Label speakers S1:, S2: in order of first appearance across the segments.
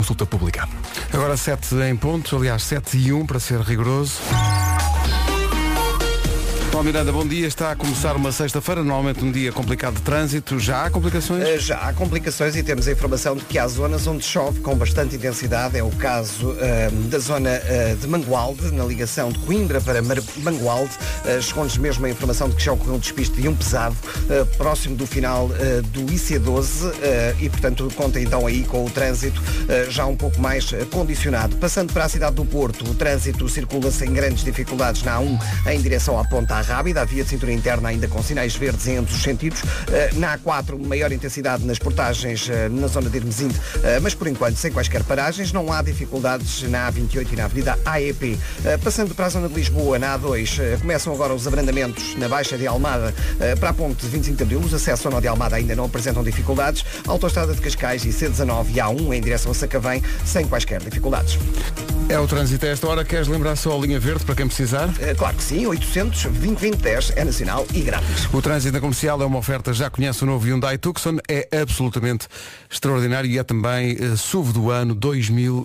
S1: consulta pública.
S2: Agora 7 em ponto, aliás 7 e 1 para ser rigoroso. Paulo Miranda, bom dia. Está a começar uma sexta-feira, normalmente um dia complicado de trânsito. Já há complicações?
S3: Eh, Já há complicações e temos a informação de que há zonas onde chove com bastante intensidade. É o caso eh, da zona eh, de Mangualde, na ligação de Coimbra para Mar Mangualde. Eh, Chegou-nos mesmo a informação de que já ocorreu um despiste de um pesado eh, próximo do final eh, do IC12 eh, e, portanto, conta então aí com o trânsito eh, já um pouco mais eh, condicionado. Passando para a cidade do Porto, o trânsito circula sem grandes dificuldades na A1 em direção à Ponta Rábida. A via de cintura interna ainda com sinais verdes em ambos os sentidos. Eh, Na A4, maior intensidade nas portagens eh, na zona de Hermesinde, eh, mas por enquanto sem quaisquer paragens. Não há dificuldades na A28 e na Avenida AEP. Eh, Passando para a zona de Lisboa, na A2, eh, começam agora os abrandamentos na Baixa de Almada eh, para a ponte de 25 de Abril. Os acessos à zona de Almada ainda não apresentam dificuldades. Autostrada de Cascais e C19 e A1 em direção a Sacavém, sem quaisquer dificuldades.
S2: É o trânsito a esta hora. Queres lembrar só a linha verde para quem precisar?
S3: Eh, Claro que sim, 800 20 10 é nacional e grátis.
S2: O trânsito na comercial é uma oferta, já conhece o novo Hyundai Tucson, é absolutamente extraordinário e é também eh, SUV do ano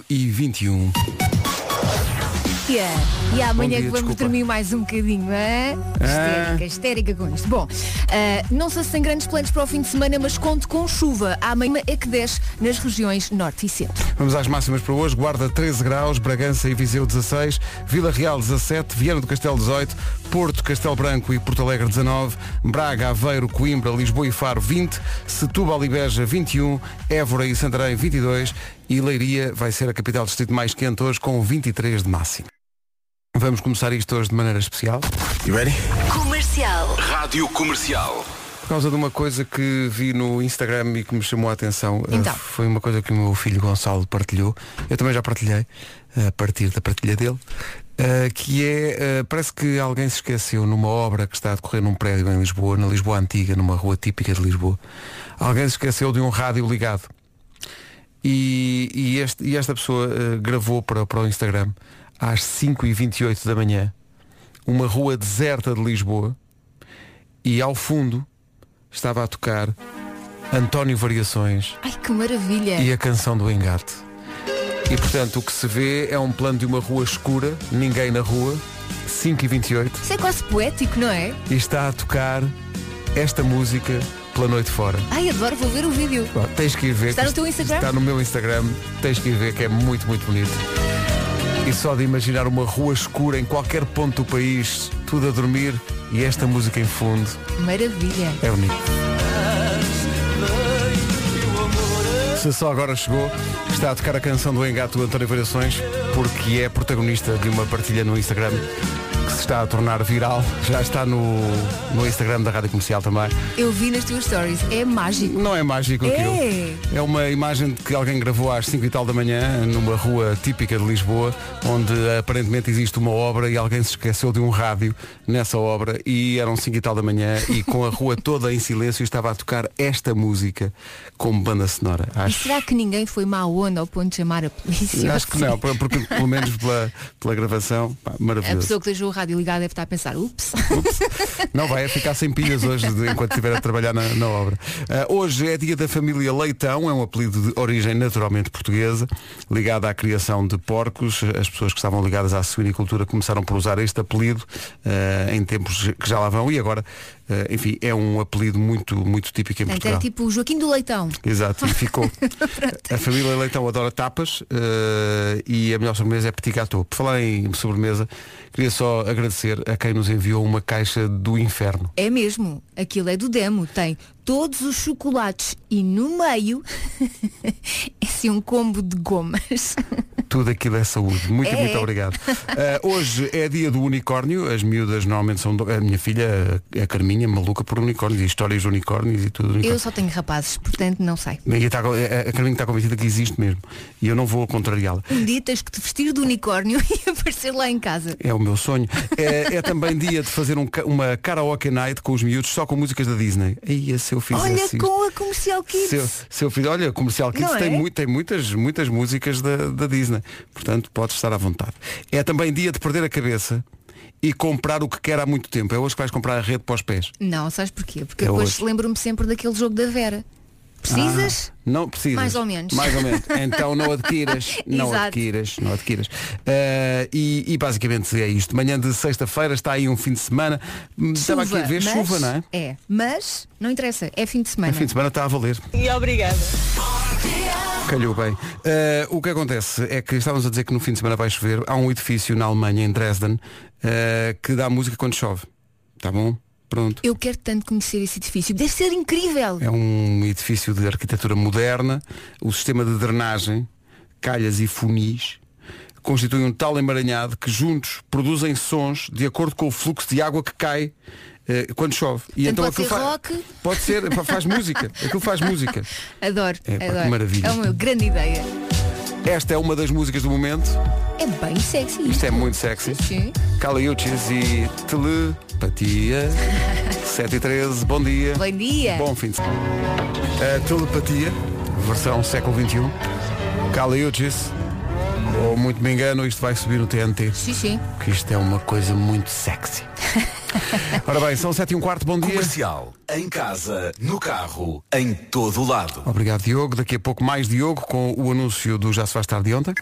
S2: 2021.
S4: Tia, é? E amanhã
S2: dia,
S4: que vamos
S2: desculpa.
S4: dormir mais um bocadinho, é? Histérica, histérica com isto. Bom, ah, não sei se tem grandes planos para o fim de semana, mas conte com chuva. Amanhã é que desce nas regiões norte e centro.
S2: Vamos às máximas para hoje. Guarda 13 graus, Bragança e Viseu 16, Vila Real 17, Viana do Castelo 18, Porto, Castelo Branco e Porto Alegre 19, Braga, Aveiro, Coimbra, Lisboa e Faro 20, Setúbal e Beja 21, Évora e Santarém 22 e Leiria vai ser a capital do distrito mais quente hoje com 23 de máximo. Vamos começar isto hoje de maneira especial.
S1: You ready?
S5: Comercial.
S6: Rádio Comercial.
S2: Por causa de uma coisa que vi no Instagram e que me chamou a atenção. Eh,
S4: Então.
S2: Foi uma coisa que o meu filho Gonçalo partilhou. Eu também já partilhei, eh, a partir da partilha dele. eh, que é, eh, parece que alguém se esqueceu numa obra que está a decorrer num prédio em Lisboa, na Lisboa Antiga, numa rua típica de Lisboa, alguém se esqueceu de um rádio ligado. E, e este- e esta pessoa eh, gravou para, para o Instagram às 5h28 da manhã uma rua deserta de Lisboa e ao fundo estava a tocar António Variações
S4: Ai, que maravilha.
S2: e a canção do Engate. E portanto o que se vê é um plano de uma rua escura, ninguém na rua, 5 e 28
S4: Isso é quase poético, não é?
S2: e está a tocar esta música pela noite fora.
S4: Ai, adoro, vou ver o vídeo.
S2: Pá, tens que ir ver.
S4: Está
S2: que
S4: no teu Instagram?
S2: Está no meu Instagram. Tens que ir ver que é muito, muito bonito. E só de imaginar uma rua escura em qualquer ponto do país, tudo a dormir e esta música em fundo,
S4: Maravilha.
S2: é bonito. Se só agora chegou, está a tocar a canção do Engato do António Variações, porque é protagonista de uma partilha no Instagram que se está a tornar viral. Já está no, no Instagram da Rádio Comercial também.
S4: Eu vi nas tuas stories. É mágico.
S2: Não é mágico aquilo.
S4: É.
S2: É uma imagem que alguém gravou às 5 e tal da manhã, numa rua típica de Lisboa, onde aparentemente existe uma obra e alguém se esqueceu de um rádio nessa obra e eram 5 e tal da manhã e com a rua toda em silêncio estava a tocar esta música como banda sonora.
S4: E
S2: Acho,
S4: será que ninguém foi má onda ao ponto de chamar a polícia?
S2: acho que não, porque pelo menos pela, pela gravação, pá,
S4: A
S2: maravilhoso.
S4: pessoa que deixou o rádio ligado deve estar a pensar, ups.
S2: Não vai é ficar sem pilhas hoje de- enquanto estiver a trabalhar na, na obra. Ah, hoje é dia da família Leitão, é um apelido de origem naturalmente portuguesa, ligado à criação de porcos. As pessoas que estavam ligadas à suinicultura começaram por usar este apelido ah, em tempos que já lá vão e agora, ah, enfim, é um apelido muito, muito típico em
S4: Portanto, é
S2: Portugal.
S4: tipo o Joaquim do Leitão.
S2: Exato, e ficou. a família Leitão adora tapas eh, e a melhor sobremesa é petit gâteau. Por falar em sobremesa, queria só agradecer a quem nos enviou uma caixa do inferno.
S4: É mesmo, aquilo é do demo, tem todos os chocolates e no meio é assim um combo de gomas.
S2: Tudo aquilo é saúde. Muito,
S4: É.
S2: muito obrigado. Ah, hoje é dia do unicórnio. As miúdas normalmente são... do- A minha filha, a Carminha, é maluca por unicórnios e histórias de unicórnios e tudo.
S4: Eu
S2: Unicórnio.
S4: só tenho rapazes, portanto não sei.
S2: E está co- tá, a a Carminha está convencida que existe mesmo. E eu não vou contrariá-la.
S4: Um dia tens que te vestir de unicórnio e aparecer lá em casa.
S2: É o meu sonho. É, é também dia de fazer um ca- uma karaoke night com os miúdos, só com músicas da Disney. Aí se eu fizesse
S4: Olha
S2: isto.
S4: com a comercial Kids.
S2: Se eu, se eu fiz, olha, Comercial Kids
S4: Não
S2: tem,
S4: é?
S2: mu- tem muitas, muitas músicas da, da Disney. Portanto, podes estar à vontade. É também dia de perder a cabeça e comprar o que quer há muito tempo. É hoje que vais comprar a rede para os pés.
S4: Não, sabes porquê? Porque
S2: É
S4: depois
S2: hoje. Ah.
S4: lembro-me sempre daquele jogo da Vera. Precisas?
S2: Não precisas.
S4: Mais ou menos.
S2: Mais ou menos. Então não adquiras, não
S4: Exato.
S2: adquiras, não adquiras. Ah, e, e basicamente é isto. Manhã de sexta-feira está aí um fim de semana. Hum, Estava aqui a ver
S4: mas-
S2: chuva, não é?
S4: É, mas não interessa, é fim de
S2: O
S4: semana.
S2: fim de semana está a valer.
S1: E obrigada.
S2: Calhou bem. Eh, o que acontece é que estávamos a dizer que no fim de semana vai chover. Há um edifício na Alemanha, em Dresden, eh, que dá música quando chove. Tá bom? Pronto.
S4: Eu quero tanto conhecer esse edifício. Deve ser incrível.
S2: É um edifício de arquitetura moderna. O sistema de drenagem, calhas e funis, constitui um tal emaranhado que juntos produzem sons de acordo com o fluxo de água que cai eh, quando chove. E
S4: Portanto, pode
S2: aquilo
S4: ser
S2: fa-
S4: rock.
S2: Pode ser, fa- faz música. Aquilo faz música.
S4: Adoro,
S2: É, pá,
S4: adoro.
S2: que maravilha.
S4: É uma grande ideia.
S2: Esta é uma das músicas do momento.
S4: É bem sexy.
S2: Isto é muito sexy.
S4: Sim.
S2: Caliuches e telepatia. 7 e 13, bom dia.
S4: Bom dia.
S2: Bom fim de semana. A telepatia, versão século XXI. Caliuches. Ou muito me engano, isto vai subir no TNT.
S4: Sim, sim.
S2: Que isto é uma coisa muito sexy. Ora bem, são 7 e um quarto, bom dia.
S5: Comercial, em casa, no carro, em todo o lado.
S2: Obrigado, Diogo. Daqui a pouco mais Diogo com o anúncio do Já se faz tarde de ontem.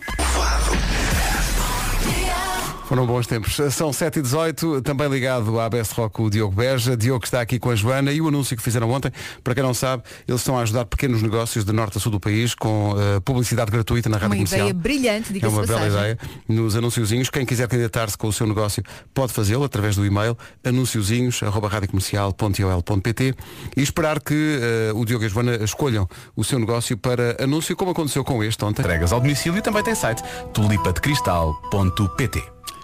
S2: Foram bons tempos. São 7 e 18 também ligado à Best Rock o Diogo Beja. Diogo que está aqui com a Joana e o anúncio que fizeram ontem, para quem não sabe, eles estão a ajudar pequenos negócios de norte a sul do país com eh, publicidade gratuita na rádio
S4: Uma
S2: comercial.
S4: ideia brilhante,
S2: É
S4: diga-se
S2: uma bela
S4: passagem.
S2: ideia. Nos anunciozinhos, quem quiser candidatar-se com o seu negócio pode fazê-lo através do e-mail anunciozinhos.radiocomercial.ol.pt e esperar que eh, o Diogo e a Joana escolham o seu negócio para anúncio, como aconteceu com este ontem.
S5: Entregas ao domicílio e também tem site tulipadecristal.pt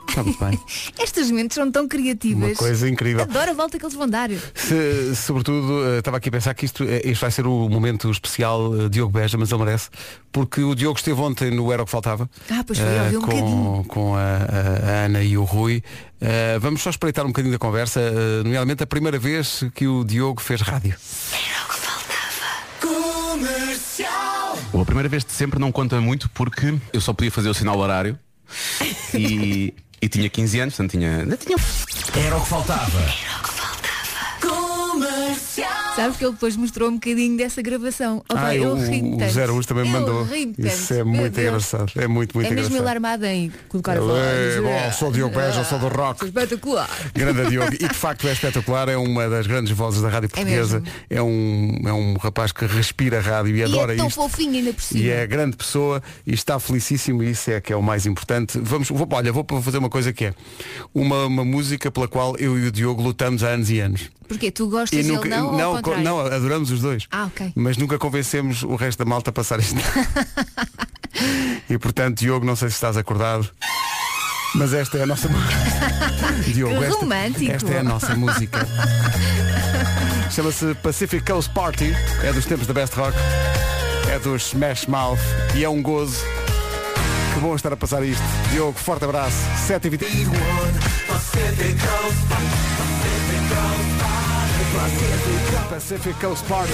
S2: Está muito bem.
S4: Estas mentes são tão criativas.
S2: Uma coisa incrível.
S4: Adoro a volta que eles vão dar.
S2: Se- sobretudo, eh, estava aqui a pensar que isto, eh, este vai ser o momento especial eh, Diogo Beja, mas ele merece, porque o Diogo esteve ontem no Era o que Faltava.
S4: Ah, pois foi,
S2: eh,
S4: ouvi um
S2: com,
S4: bocadinho.
S2: com a, a- a Ana e o Rui. Eh, vamos só espreitar um bocadinho da conversa, eh, nomeadamente a primeira vez que o Diogo fez rádio.
S6: Bom, A primeira vez de sempre não conta muito porque eu só podia fazer o sinal horário e, e tinha 15 anos, portanto tinha. ainda tinha- um
S5: Era o que faltava.
S4: Sabes que ele depois mostrou um bocadinho dessa gravação. Oh, pá, eu
S2: Ah,
S4: ri-me
S2: o, o
S4: tanto.
S2: Zero Uso também me
S4: Eu
S2: mandou.
S4: ri-me tanto.
S2: Isso é
S4: Meu
S2: muito
S4: Deus.
S2: engraçado. É muito, muito
S4: É mesmo
S2: engraçado.
S4: alarmada em colocar a
S2: Ele
S4: voz.
S2: é bom, sou o Diogo Beja, sou do rock.
S4: Espetacular.
S2: Grande Diogo. E de facto é espetacular, é uma das grandes vozes da rádio portuguesa.
S4: mesmo.
S2: É, um, é um rapaz que respira rádio e,
S4: E
S2: adora
S4: é tão
S2: isto.
S4: fofinho ainda por cima.
S2: E é grande pessoa e está felicíssimo e isso é que é o mais importante. Vamos, vou, olha, vou fazer uma coisa que é uma, uma música pela qual eu e o Diogo lutamos há anos e anos.
S4: Porque tu gostas
S2: é- E
S4: dele não, ou ao
S2: não, co-
S4: contrário?
S2: não, adoramos os dois.
S4: Ah, ok.
S2: Mas nunca convencemos o resto da malta a passar isto. e portanto, Diogo, não sei se estás acordado. Mas esta é a nossa música. Diogo,
S4: Que
S2: esta-
S4: romântico.
S2: esta é a nossa música. Chama-se Pacific Coast Party. É dos tempos da Best Rock. É dos Smash Mouth. E é um gozo. Que bom estar a passar isto. Diogo, forte abraço. 7h20. Pacific Coast Party.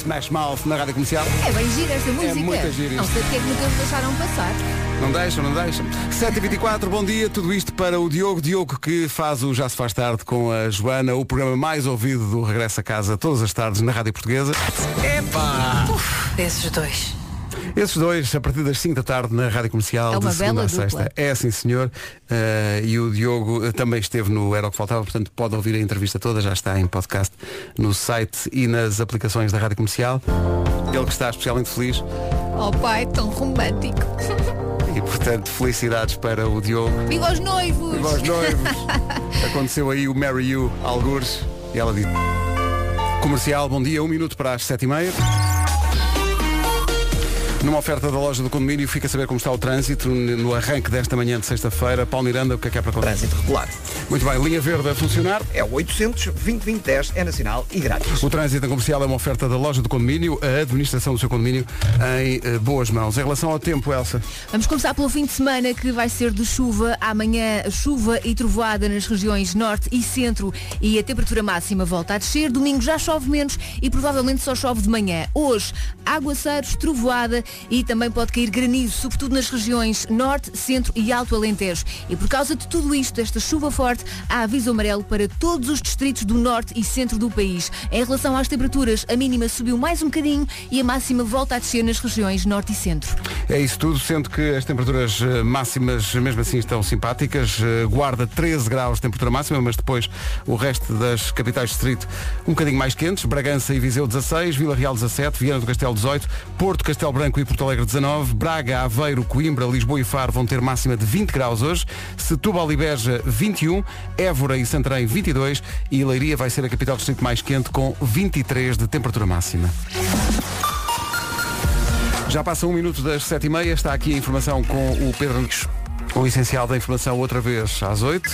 S2: Smash Mouth na rádio comercial.
S4: É bem gira esta música.
S2: muito gira
S4: não
S2: isto.
S4: sei porque é que nunca me deixaram passar.
S2: Não deixam, não deixam. 7h24, bom dia. Tudo isto para o Diogo. Diogo que faz o Já Se Faz Tarde com a Joana, o programa mais ouvido do Regresso a Casa todas as tardes na Rádio Portuguesa.
S7: Esses dois.
S2: Esses dois, a partir das 5 da tarde na Rádio Comercial,
S4: É uma
S2: de segunda
S4: bela
S2: a
S4: dupla.
S2: sexta. É sim, senhor. Eh, e o Diogo eh, também esteve no Era o que Faltava, portanto pode ouvir a entrevista toda, já está em podcast no site e nas aplicações da Rádio Comercial. Ele que está especialmente feliz
S4: Oh pai, tão romântico.
S2: e, portanto, felicidades para o Diogo.
S4: Viva aos noivos.
S2: Viva os noivos. Aconteceu aí o Marry You, algures, e ela disse. Comercial, bom dia, um minuto para as sete e meia. Numa oferta da loja do condomínio, fica a saber como está o trânsito no arranque desta manhã de sexta-feira. Paulo Miranda, o que é que é para contar?
S3: Trânsito regular.
S2: Muito bem, linha verde a funcionar.
S3: É o 800 2010 é nacional e grátis.
S2: O trânsito comercial é uma oferta da loja do condomínio, a administração do seu condomínio em eh, boas mãos. Em relação ao tempo, Elsa,
S4: Vamos começar pelo fim de semana que vai ser de chuva. Amanhã chuva e trovoada nas regiões norte e centro e a temperatura máxima volta a descer. Domingo já chove menos e provavelmente só chove de manhã. Hoje, aguaceiros, trovoada e também pode cair granizo, sobretudo nas regiões Norte, Centro e Alto Alentejo. E por causa de tudo isto, desta chuva forte, há aviso amarelo para todos os distritos do Norte e Centro do país. Em relação às temperaturas, a mínima subiu mais um bocadinho e a máxima volta a descer nas regiões Norte e Centro.
S2: É isso tudo, sendo que as temperaturas eh, máximas mesmo assim estão simpáticas. Eh, Guarda 13 graus de temperatura máxima, mas depois o resto das capitais de distrito um bocadinho mais quentes. Bragança e Viseu 16, Vila Real 17, Viana do Castelo 18, Porto, Castelo Branco e Porto Alegre 19, Braga, Aveiro, Coimbra, Lisboa e Faro vão ter máxima de 20 graus hoje, Setúbal e Beja 21, Évora e Santarém 22 e Leiria vai ser a capital de distrito mais quente com 23 de temperatura máxima. Já passa um minuto das sete e meia, está aqui a informação com o Pedro Nunes. O essencial da informação outra vez às oito.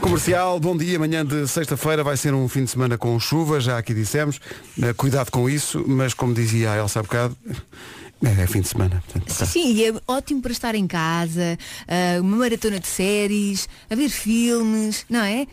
S2: Comercial, bom dia. Amanhã de sexta-feira vai ser um fim de semana com chuva, já aqui dissemos. Eh, Cuidado com isso, mas como dizia a Elsa há bocado, é, é fim de semana. portanto, tá.
S4: Sim, e é ótimo para estar em casa, ah, uma maratona de séries, a ver filmes, não é?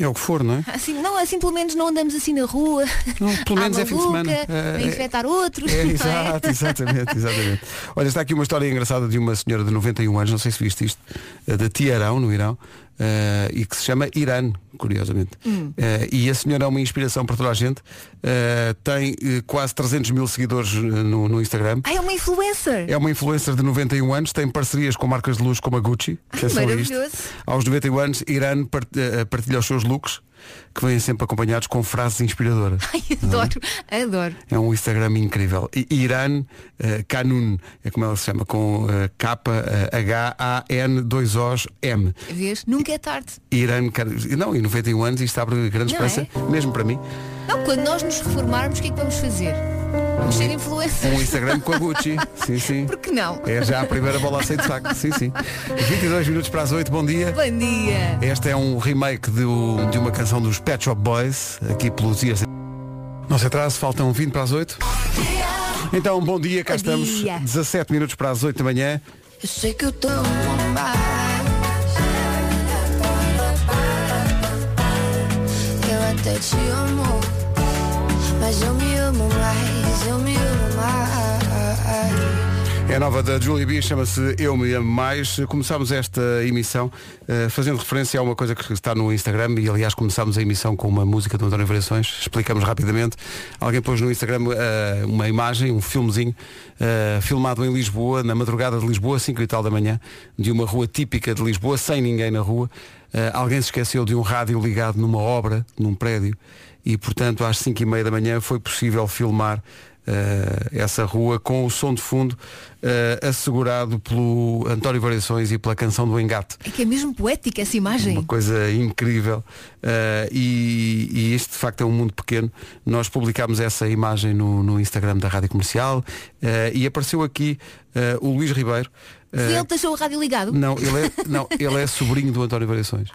S2: É o que for, não é?
S4: Assim, não, assim pelo menos não andamos assim na rua.
S2: Não, pelo
S4: à
S2: menos é fim de
S4: maluca,
S2: semana. É,
S4: A
S2: é-
S4: infectar outros.
S2: É,
S4: não é?
S2: exato, exatamente, exatamente. Olha, está aqui uma história engraçada de uma senhora de 91 anos, não sei se viste isto, eh, de Tiarão, no Irão, eh, e que se chama Irã, curiosamente.
S4: Hum.
S2: Eh, e a senhora é uma inspiração para toda a gente. eh, tem eh, quase 300 mil seguidores eh, no, no Instagram.
S4: Ah, é uma influencer.
S2: É uma influencer de 91 anos, tem parcerias com marcas de luz como a Gucci. Que é
S4: Ai,
S2: só isto.
S4: maravilhoso.
S2: Aos 91 anos, Irã part- eh, partilha os seus looks, que vêm sempre acompanhados com frases inspiradoras.
S4: Ai, adoro, adoro.
S2: É um Instagram incrível. I- Iran eh, Kanun, é como ela se chama, com eh, K-H-A-N-2-O-M.
S4: Vês? Nunca é tarde.
S2: Iran Kanun. Não, e 91 anos isto abre grande
S4: Não é?
S2: esperança, mesmo para mim.
S4: Não, quando nós nos reformarmos, o que é que vamos fazer? Vamos ser influencers.
S2: Um Instagram com a Gucci. sim, sim.
S4: Por que não?
S2: É já a primeira bola a sair de saco. Sim, sim. 22 minutos para as 8, bom dia.
S4: Bom dia.
S2: Este é um remake do- de uma canção dos Pet Shop Boys, aqui pelos dias. Não se atrase, faltam 20 para as 8. Então, bom dia, cá
S4: Bom
S2: estamos.
S4: dia.
S2: 17 minutos para as 8 da manhã.
S1: Eu sei que eu tô mais. Eu até te amo, mas eu me amo mais, eu me amo mais.
S2: É a nova da Julie B, chama-se Eu Me Amo Mais. Começámos esta emissão eh, fazendo referência a uma coisa que está no Instagram e aliás começámos a emissão com uma música do António Variações, explicamos rapidamente. Alguém pôs no Instagram eh, uma imagem, um filmezinho, eh, filmado em Lisboa, na madrugada de Lisboa, 5 e tal da manhã, de uma rua típica de Lisboa, sem ninguém na rua. Eh, alguém se esqueceu de um rádio ligado numa obra, num prédio, e portanto às 5 e meia da manhã foi possível filmar eh, essa rua com o som de fundo eh, assegurado pelo António Variações e pela canção do Engate.
S4: É que é mesmo poética essa
S2: Uma
S4: imagem.
S2: coisa incrível. Eh, e, e este de facto é um mundo pequeno. Nós publicámos essa imagem no, no Instagram da Rádio Comercial eh, e apareceu aqui eh, o Luís Ribeiro.
S4: Foi
S2: Eh,
S4: ele que deixou o rádio ligado?
S2: não, ele é, não, ele é sobrinho do António Variações.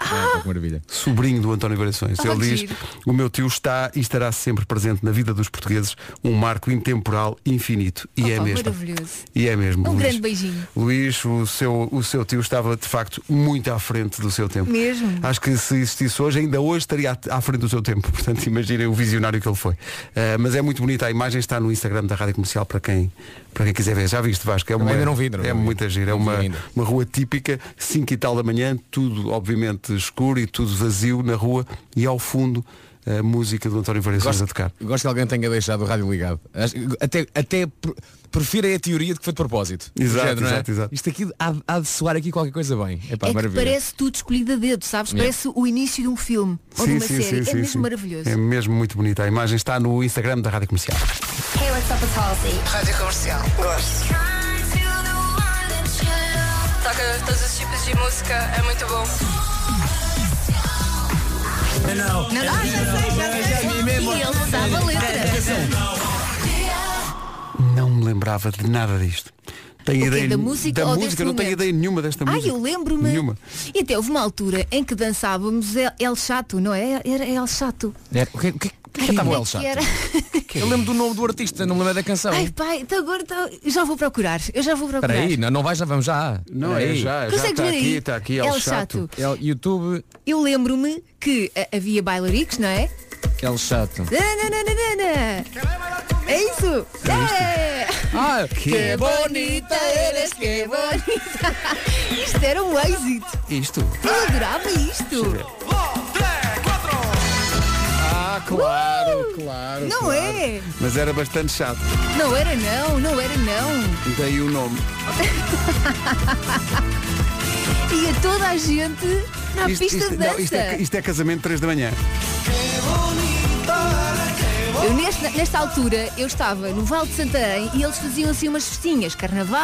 S7: maravilha.
S2: sobrinho do António Variações.
S4: Ah,
S2: Ele diz,
S4: giro.
S2: o meu tio está e estará sempre presente na vida dos portugueses, um marco intemporal infinito. E é
S4: Opa,
S2: mesmo.
S4: Oh, maravilhoso.
S2: E é mesmo.
S4: Um
S2: Luís.
S4: grande beijinho.
S2: Luís, o seu, o seu tio estava de facto muito à frente do seu tempo.
S4: Mesmo.
S2: Acho que se existisse hoje, ainda hoje estaria à- à frente do seu tempo. Portanto, imaginem o visionário que ele foi. Ah, mas é muito bonita, a imagem está no Instagram da Rádio Comercial para quem, para quem quiser ver. Já viste, Vasco? É uma,
S7: ainda não vi, ainda não
S2: é
S7: vi.
S2: muita gira. É
S7: Não vi
S2: uma,
S7: ainda.
S2: uma rua típica, 5 e tal da manhã, tudo obviamente escuro e tudo vazio na rua e ao fundo a música do António Variações a tocar.
S7: Gosto que alguém tenha deixado o rádio ligado. Acho- Até, até pre- prefiro é a teoria de que foi de propósito. Do
S2: Exato,
S7: género, não é?
S2: exato, exato.
S7: Isto aqui há, há de soar aqui qualquer coisa bem. Epá,
S4: é que
S7: maravilha.
S4: parece tudo escolhido a dedo, sabes?
S7: Yeah.
S4: Parece o início de um filme ou de uma série. é mesmo maravilhoso.
S2: É mesmo muito bonita. A imagem está no Instagram da Rádio Comercial.
S8: Hey, what's up, it's Halsey.
S9: Rádio Comercial. Gosto.
S1: Toca todos os tipos de música, é muito bom.
S4: E ele sabe a letra.
S2: Não me lembrava de nada disto. Tenho
S4: quê?
S2: ideia
S4: Da música
S2: da
S4: ou
S2: música,
S4: deste
S2: não tenho
S4: momento?
S2: ideia nenhuma desta
S4: Ai,
S2: música.
S4: eu lembro-me.
S2: Nenhuma.
S4: E até houve uma altura em que dançávamos El, El Chato, não é? Era El Chato.
S7: É, o que, o que, o que é que estava o El Chato? Eu lembro do nome do artista, não me lembro da canção.
S4: Ai pai, então agora então, já vou procurar. Eu já vou procurar.
S7: Espera aí, não, não vais, já vamos já.
S2: Não,
S7: Espera
S2: é
S7: aí.
S2: já, já
S4: Consegues
S2: está
S4: ver aí?
S2: aqui, está aqui, é o
S4: El
S2: chato.
S4: Chato.
S7: El, YouTube,
S4: Eu lembro-me eh, que ah, havia bailaricos, não é?
S7: El Chato.
S4: Nananana. É isso! É!
S7: Ah,
S2: é
S4: Que bonita eres, que bonita! Isto era um êxito!
S2: Isto.
S4: Eu adorava isto!
S7: ah, claro,
S4: Uh!
S7: claro.
S4: Não é!
S2: Mas era bastante chato.
S4: Não era não, não era não!
S2: Daí o um nome.
S4: E a toda a gente na
S2: Isto,
S4: pista
S2: isto-
S4: de
S2: não,
S4: dança!
S2: isto é, isto é casamento 3 da manhã.
S4: Eu neste- nesta, altura eu estava no Val de Santarém e eles faziam assim umas festinhas, carnaval.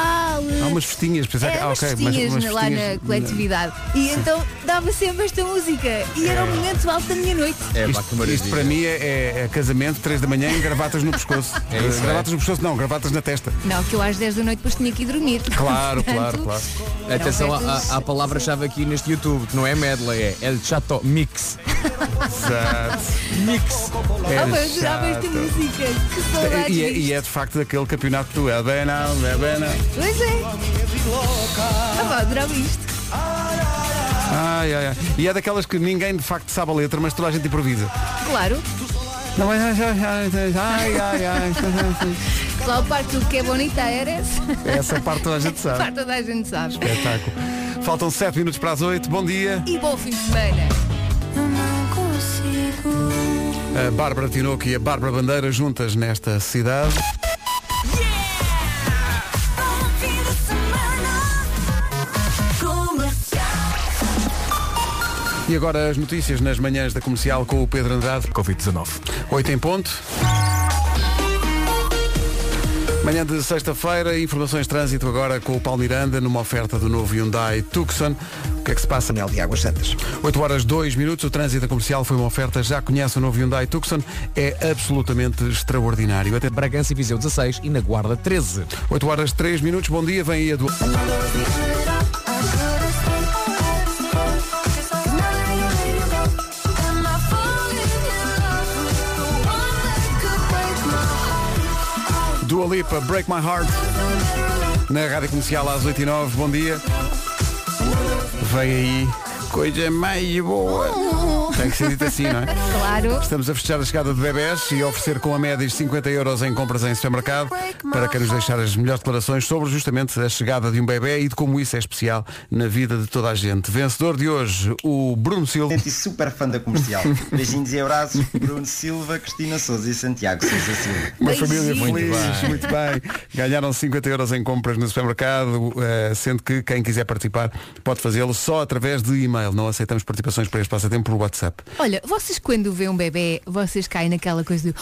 S2: Há umas festinhas, pensar
S4: é,
S2: que. ah,
S4: umas
S2: ok, mas-
S4: festinhas
S2: umas
S4: na- lá na
S2: festinhas-
S4: coletividade. E então dava sempre esta música. E era o
S2: É.
S4: momento alto da minha noite.
S7: É, pá, que
S2: Isto,
S7: maravilha.
S2: isto para mim é, é- é casamento 3 da manhã em gravatas no pescoço.
S7: É isso,
S2: Eh,
S7: é.
S2: gravatas no pescoço não, gravatas na testa.
S4: Não, que eu às 10 da noite depois tinha que ir dormir.
S2: Claro, claro,
S4: Portanto,
S2: claro.
S4: eram
S7: Atenção à-
S4: festas-
S7: à, à palavra-chave aqui neste YouTube, que não é medley, é El Chato Mix.
S2: Exato.
S7: Mix.
S4: Ah, mas eu adorava esta
S2: chato.
S4: música. Que saudades.
S2: E, é-
S4: disto.
S2: e é de facto daquele campeonato do É bem não, é bem não.
S4: Pois é. Ah, pá, adorava isto.
S2: Ai, ai, ai. E é daquelas que ninguém de facto sabe a letra, mas toda a gente improvisa.
S4: Claro.
S2: Não, mas- ai, ai, ai, ai, ai, ai.
S4: Lá o parte do que é bonita eres.
S2: Essa parte toda a gente sabe.
S4: Parte toda a gente sabe.
S2: Espetáculo. Faltam 7 minutos para as 8. Bom dia.
S4: E bom fim de semana.
S1: Eu não consigo.
S2: A Bárbara Tinoco e a Bárbara Bandeira juntas nesta cidade.
S1: Bom fim de semana. Comercial.
S2: E agora as notícias nas manhãs da comercial com o Pedro Andrade.
S6: Covid-19.
S2: 8 em ponto. Manhã de sexta-feira, informações de trânsito agora com o Paulo Miranda numa oferta do novo Hyundai Tucson. O que é que se passa?
S3: Anel de Águas Santas.
S2: 8 horas 2 minutos, o trânsito comercial foi uma oferta, já conhece o novo Hyundai Tucson, é absolutamente extraordinário. Até
S7: Bragança e Viseu 16 e na Guarda 13.
S2: 8 horas 3 minutos, bom dia, vem aí a do... Dua Lipa, Break My Heart, na Rádio Comercial às 8 e 9 bom dia. Vem aí, coisa meio boa. Tem que ser dito assim, não é?
S4: Claro.
S2: Estamos a fechar a chegada de bebés e a oferecer com a média de 50 euros em compras em supermercado para quem nos deixar as melhores declarações sobre justamente a chegada de um bebê e de como isso é especial na vida de toda a gente. Vencedor de hoje, o Bruno Silva.
S10: e super fã da comercial. Beijinhos e abraços, Bruno Silva, Cristina Souza e Santiago Souza Silva.
S2: Uma
S4: Beijinhos.
S2: família
S4: Muito
S2: feliz, muito bem. Ganharam 50 euros em compras no supermercado, eh, sendo que quem quiser participar pode fazê-lo só através de e-mail. Não aceitamos participações para este passatempo por WhatsApp.
S4: Olha, vocês quando vêem um bebê, vocês caem naquela coisa do.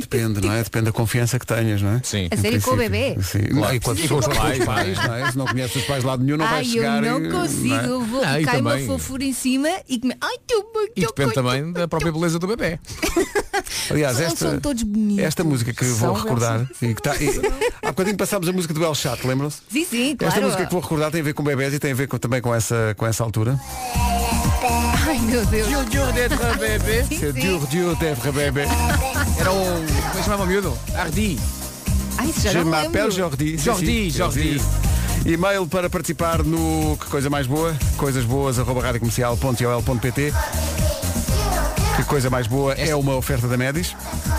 S2: Depende, não é? Depende da confiança que tenhas, não é?
S7: Sim.
S4: A sério,
S2: Em
S4: com o
S2: princípio.
S4: bebê?
S2: Sim. Não, e com a
S7: Sim,
S2: pessoa,
S7: com
S2: com
S7: os
S2: os
S7: pais,
S2: pais, não é? Se não conheces os pais de lado nenhum, não
S4: Ai,
S2: vais chegar.
S4: eu não
S2: e-
S4: consigo,
S2: é?
S4: eu vou,
S7: Ah, e
S4: cai uma
S7: também-
S4: fofura em cima e que me. Ai, tu,
S7: E depende também da própria beleza do bebê.
S2: Aliás,
S4: Eles
S2: esta,
S4: são todos bonitos.
S2: esta música que
S7: São,
S2: vou recordar e que tá, e, há bocadinho passámos a música do El Chato, lembram-se?
S4: Sim, sim, claro.
S2: Esta música que vou recordar tem a ver com bebés e tem a ver com- também com essa, com essa altura.
S4: Ai, meu Deus. Sim,
S2: C'est
S4: sim.
S2: dur, dur d'être bébé.
S7: Era o. Como é que chamava o miúdo? Ardi.
S4: Ai, isso já
S2: Je
S4: não
S2: m'appelle
S4: lembro.
S2: Jordi. Sim,
S7: Jordi,
S2: sim,
S7: Jordi.
S2: E-mail para participar no Que Coisa Mais Boa, coisasboas.radiocomercial.ol.pt Que Coisa Mais Boa é uma oferta da Medis.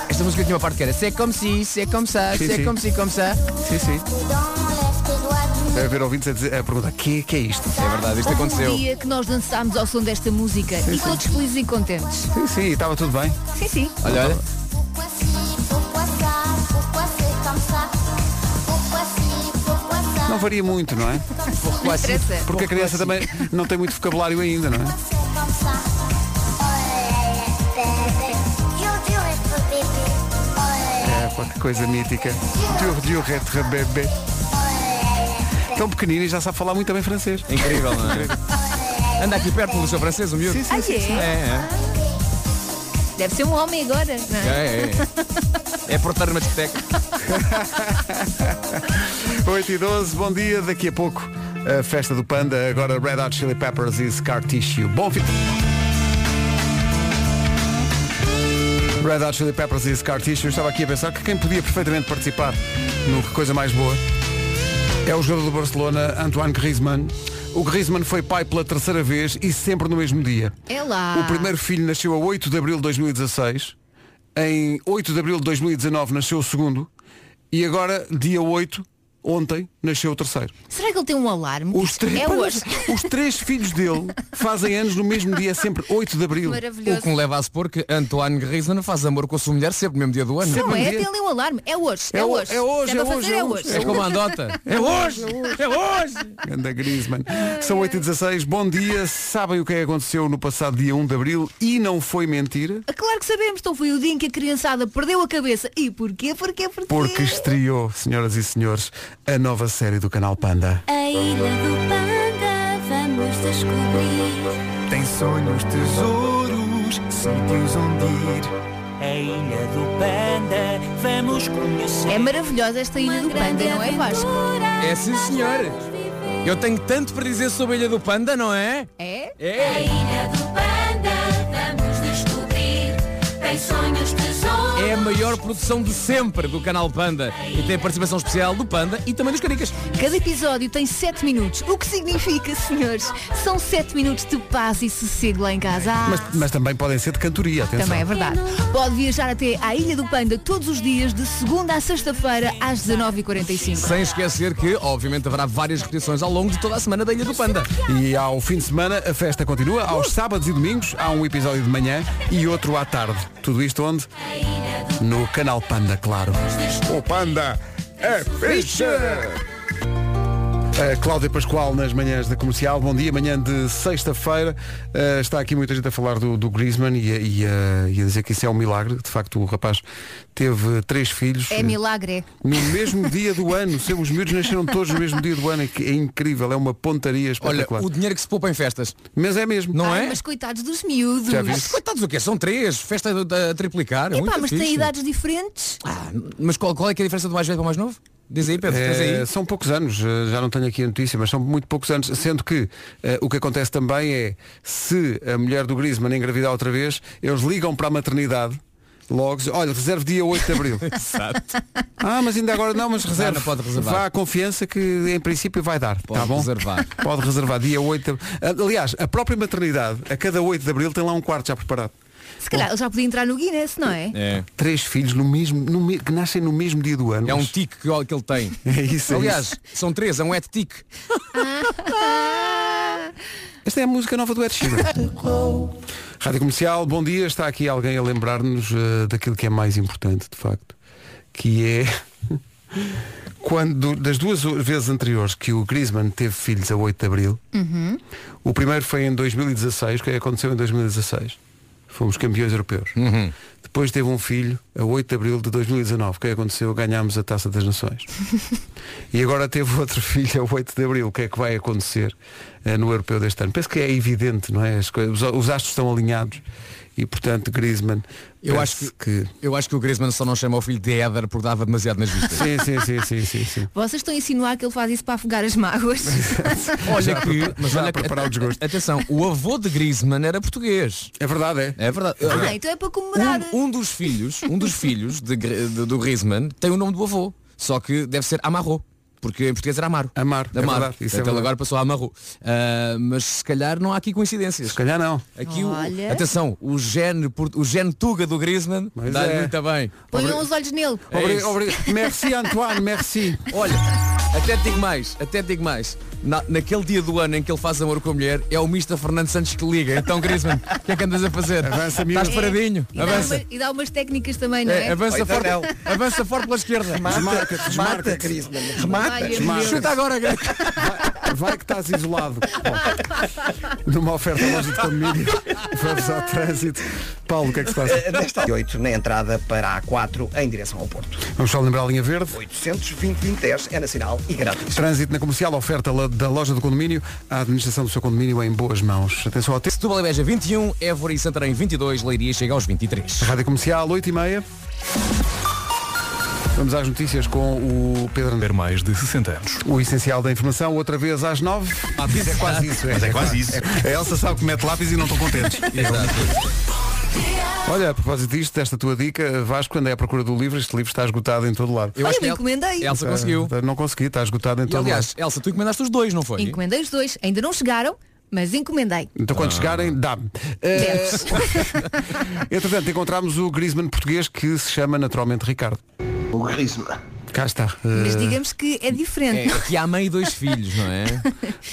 S7: Esta música tinha uma parte que era Se é como se, se é como se,
S2: Sim,
S7: se
S2: sim.
S7: é como se, como se.
S2: Sim, sim. Deve haver ouvintes a, dizer, a perguntar, que, que é isto?
S7: É verdade, isto
S4: Houve
S7: aconteceu.
S4: um dia que nós dançámos ao som desta música e todos felizes e contentes.
S2: Sim, sim, estava tudo bem.
S4: Sim, sim.
S7: Olha, olha.
S2: Não varia muito, não é?
S4: Não interessa.
S2: Porque a criança
S7: assim.
S2: também não tem muito vocabulário ainda, não é? É, pá, que coisa mítica. Dur, dur d'être bébé. Tão pequenino e já sabe falar muito bem francês.
S7: Incrível, não é? Anda aqui perto do seu francês, o miúdo.
S2: Sim, sim,
S4: Ah,
S2: sim.
S7: É,
S4: é?
S7: é.
S4: Deve ser um homem agora. não é?
S7: É, é. É portar numa discoteca.
S2: 8 e 12, bom dia, daqui a pouco a festa do Panda, agora Red Hot Chili Peppers e Scar Tissue. Bom fim. Red Hot Chili Peppers e Scar Tissue, Eu estava aqui a pensar que quem podia perfeitamente participar no Que Coisa Mais Boa é o jogador do Barcelona, Antoine Griezmann. O Griezmann foi pai pela terceira vez e sempre no mesmo dia.
S4: É lá.
S2: O primeiro filho nasceu a 8 de abril de 2016 em 8 de abril de 2019 nasceu o segundo e agora, dia 8, ontem, nasceu o terceiro.
S4: Será que ele tem um alarme?
S2: Os três,
S4: é
S2: pá,
S4: hoje.
S2: mas os três filhos dele fazem anos no mesmo dia, sempre 8 de abril.
S4: Maravilhoso.
S7: O que me Um leva a supor que Antoine Griezmann faz amor com a sua mulher sempre no mesmo dia do ano.
S4: Não
S2: bom
S4: é,
S2: dia.
S4: tem ali um alarme. É hoje. É,
S2: É ho-
S4: hoje.
S2: é hoje,
S4: Se
S2: é
S4: para
S2: hoje,
S4: fazer,
S2: é
S4: é
S2: hoje.
S4: hoje.
S7: É como a Andota. É hoje! É hoje!
S2: Anda Griezmann. São 8 e 16 bom dia. Sabem o que é que aconteceu no passado dia 1 de abril e não foi mentira?
S4: Claro que sabemos, então foi o dia em que a criançada perdeu a cabeça. E porquê? Porquê? Porquê?
S2: Porque estreou, senhoras e senhores, a nova série do canal Panda.
S1: A ilha do Panda, vamos descobrir.
S11: Tem sonhos, tesouros, sítios onde ir. A ilha do Panda, vamos conhecer.
S4: É maravilhosa esta ilha do Panda, não é Vasco?
S7: É sim senhor! Eu tenho tanto para dizer sobre a Ilha do Panda, não é?
S4: É?
S7: É!
S1: Ilha do Panda, vamos descobrir. Tem sonhos, tesouros.
S7: É a maior produção de sempre do canal Panda e tem a participação especial do Panda e também dos Caricas.
S4: Cada episódio tem 7 minutos. O que significa, senhores? São 7 minutos de paz e sossego lá em casa. Ah,
S2: Mas, mas também podem ser de cantoria, atenção.
S4: também é verdade. Pode viajar até à Ilha do Panda todos os dias, de segunda à sexta-feira, às 19h45.
S7: Sem esquecer que, obviamente, haverá várias repetições ao longo de toda a semana da Ilha do Panda.
S2: E ao fim de semana a festa continua, aos sábados e domingos há um episódio de manhã e outro à tarde. Tudo isto onde? No canal Panda, claro. O Panda é fixe! A Cláudia Pascoal nas manhãs da comercial. Bom dia, manhã de sexta-feira. Uh, está aqui muita gente a falar do, do Griezmann e, a- e a- e a dizer que isso é um milagre. De facto, o rapaz teve três filhos.
S4: É milagre.
S2: No mesmo dia do ano, Sempre os miúdos nasceram todos no mesmo dia do ano, é que é incrível, é uma pontaria
S7: Olha,
S2: espetacular.
S7: o dinheiro que se poupa em festas,
S2: Mas é mesmo.
S7: não
S4: Ai,
S7: é?
S4: Mas coitados dos miúdos.
S2: Já
S7: Mas
S2: viste?
S7: coitados o quê? São três, festa a a triplicar. é
S4: Epá,
S7: muito
S4: mas
S7: fixe.
S4: têm idades diferentes.
S7: Ah, mas qual, qual é, que é a diferença do mais velho para o mais novo? Diz aí, Pedro, tens
S2: É,
S7: aí.
S2: são poucos anos, eh, já não tenho aqui a notícia, mas são muito poucos anos, sendo que eh, o que acontece também é, se a mulher do Griezmann engravidar outra vez, eles ligam para a maternidade, logo, dizem, olha, reserve dia 8 de Abril. ah, mas ainda agora não, mas reserve.
S7: não pode reservar.
S2: Vá à confiança que em princípio vai dar.
S7: Pode
S2: tá bom?
S7: reservar.
S2: Pode reservar dia 8 de Abril. Aliás, a própria maternidade, a cada 8 de Abril, tem lá um quarto já preparado.
S4: Se calhar ele já podia entrar no Guinness, não é?
S7: É.
S2: Três filhos no mesmo, no me- que nascem no mesmo dia do ano.
S7: É um
S2: Mas-
S7: tique que, que ele tem.
S2: É isso, é
S7: Aliás,
S2: isso.
S7: são três, é um et tique.
S4: Ah!
S2: Esta é a música nova do Ed Sheeran. Rádio Comercial, bom dia. Está aqui alguém a lembrar-nos eh, daquilo que é mais importante, de facto. Que é quando das duas vezes anteriores que o Griezmann teve filhos a 8 de Abril, o primeiro foi em 2016, o que é que aconteceu em 2016? Fomos campeões europeus.
S7: Uhum.
S2: Depois teve um filho a 8 de Abril de 2019, o que é que aconteceu? Ganhámos a Taça das Nações. E agora teve outro filho a 8 de Abril. O que é que vai acontecer eh, no europeu deste ano? Penso que é evidente, não é? As coisas- os, os astros estão alinhados e, portanto, Griezmann,
S7: Eu
S2: penso
S7: acho que, eu acho que o Griezmann só não chama o filho de Éder porque dava demasiado nas vistas.
S2: Sim, sim, sim, sim, sim, sim.
S4: Vocês estão a insinuar que ele faz isso para afogar as mágoas.
S2: é
S7: Olha que,
S2: já a preparar o desgosto.
S7: Atenção, o avô de Griezmann era português.
S2: É verdade, é?
S7: É verdade.
S4: ah, então é para comemorar.
S7: Um, um dos filhos, um dos filhos de Gri- de- do Griezmann tem o nome do avô, só que deve ser Amarro. Porque em português era Amaro.
S2: Amaro, é
S7: Amaro.
S2: verdade, isso é
S7: Portanto, ele
S2: verdade.
S7: agora passou a Amarro. Ah, mas se calhar não há aqui coincidências.
S2: Se calhar não.
S7: Aqui o,
S4: Olha.
S7: atenção, o gene, por- o gene Tuga do Griezmann
S2: Mas
S7: dá
S2: é.
S7: muito bem.
S4: Ponham os olhos nele.
S2: Obri-
S7: isso.
S2: obri- Merci Antoine, merci.
S7: Olha, até te digo mais, até te digo mais. Na- naquele dia do ano em que ele faz amor com a mulher, é o Mista Fernando Santos que liga. Então, Griezmann, o que é que andas a fazer?
S2: Avança, miúdo.
S7: Estás paradinho.
S4: E dá,
S7: Avança.
S4: uma- e dá umas técnicas também, não
S7: É,
S4: é?
S7: avança,
S3: Ou então
S7: forte,
S3: não.
S7: avança forte pela esquerda.
S3: Remata, remata, Griezmann.
S4: Ai,
S3: Remata.
S4: meu
S2: Desmarca.
S4: Deus.
S7: Chuta agora, Griezmann.
S2: Vai que estás isolado. Bom, numa oferta loja de condomínio, vamos ao trânsito. Paulo, o que é que se passa?
S3: Desta 8 na entrada para a A4 em direção ao Porto.
S2: Vamos só lembrar a linha verde.
S3: 820-2010 é nacional e grátis.
S2: Trânsito na comercial, oferta la- da loja do condomínio, a administração do seu condomínio em boas mãos. Atenção ao tempo.
S7: Setúbal e Beja 21, Évora e Santarém 22, Leiria chega aos 23.
S2: Rádio Comercial, 8 e meia. Vamos às notícias com o Pedro André.
S11: Ter mais de 60 anos.
S2: O essencial da informação, outra vez às 9.
S11: Mas é quase isso. Mas é quase isso.
S2: A Elsa sabe que mete lápis e não estão contentes. Olha, a propósito disto, desta tua dica, Vasco, quando é à procura do livro, este livro está esgotado em todo lado. Ah,
S7: Eu
S4: Olha,
S7: acho
S4: eu
S7: que é El-
S4: encomendei.
S7: Elsa conseguiu.
S2: Não consegui, está esgotado em
S7: E,
S2: todo
S7: aliás, Elsa, tu encomendaste os dois, não foi?
S4: Encomendei os dois. Ainda não chegaram, mas encomendei.
S2: Então quando
S4: Ah.
S2: chegarem, dá-me. Eh,
S4: Deves.
S2: entretanto, encontramos o Griezmann português que se chama naturalmente Ricardo. O Griezmann. Cá está.
S4: Mas
S2: Eh,
S4: digamos que é diferente. não?
S2: há mãe e dois filhos, não é?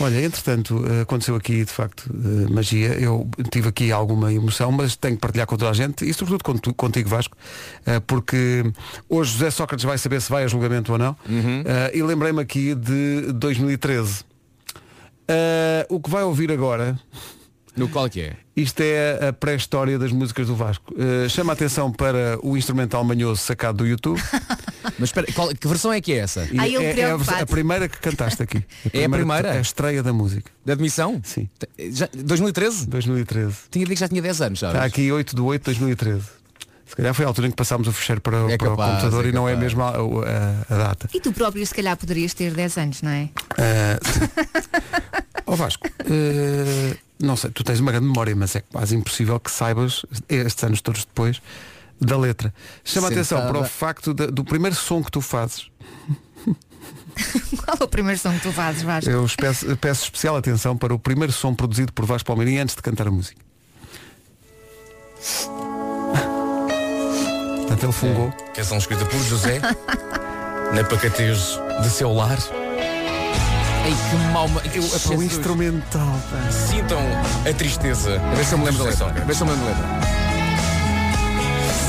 S2: Olha, entretanto, eh, aconteceu aqui, de facto, eh, magia. Eu tive aqui alguma emoção, mas tenho que partilhar com toda a gente e sobretudo com tu- contigo, Vasco, eh, porque hoje José Sócrates vai saber se vai a julgamento ou não.
S7: Uhum.
S2: Eh, E lembrei-me aqui de 2013. Eh, o que vai ouvir agora...
S7: No qual que é?
S2: Isto é a pré-história das músicas do Vasco. Eh, chama a atenção para o instrumental manhoso sacado do YouTube.
S7: Mas espera, qual- que versão é que é essa?
S2: E é, é a vers- a, primeira que cantaste aqui.
S7: É a primeira?
S2: É a estreia da música.
S7: Da admissão?
S2: Sim.
S7: 2013?
S2: 2013.
S7: Tinha dito que já tinha 10 anos, sabes?
S2: Está Tá aqui 8 de 8 de 2013. Se calhar foi a altura em que passámos o fecheiro para, para
S7: capaz,
S2: o computador
S7: é
S2: e não é mesmo a, a- a data.
S4: E tu próprio se calhar poderias ter 10 anos, não é?
S2: Ah, sim. Ó Vasco, eh, não sei, tu tens uma grande memória, mas é quase impossível que saibas, estes anos todos depois, da letra. Chama a
S7: tá,
S2: atenção
S4: Sentada.
S2: para o facto da- do primeiro som que tu fazes.
S4: Qual é o primeiro som que tu fazes, Vasco?
S2: Eu peço, peço especial atenção para o primeiro som produzido por Vasco Palmeirinho antes de cantar a música. Ah. Portanto, ele fungou.
S12: Canção escrita por José Na pacatez de seu lar
S7: Ei, que mau ma-
S2: Eu, é para o
S7: Jesus.
S2: instrumental. pá.
S12: Sintam Então, a tristeza
S7: A ver se eu me lembro da letra. A ver se eu me lembro da letra.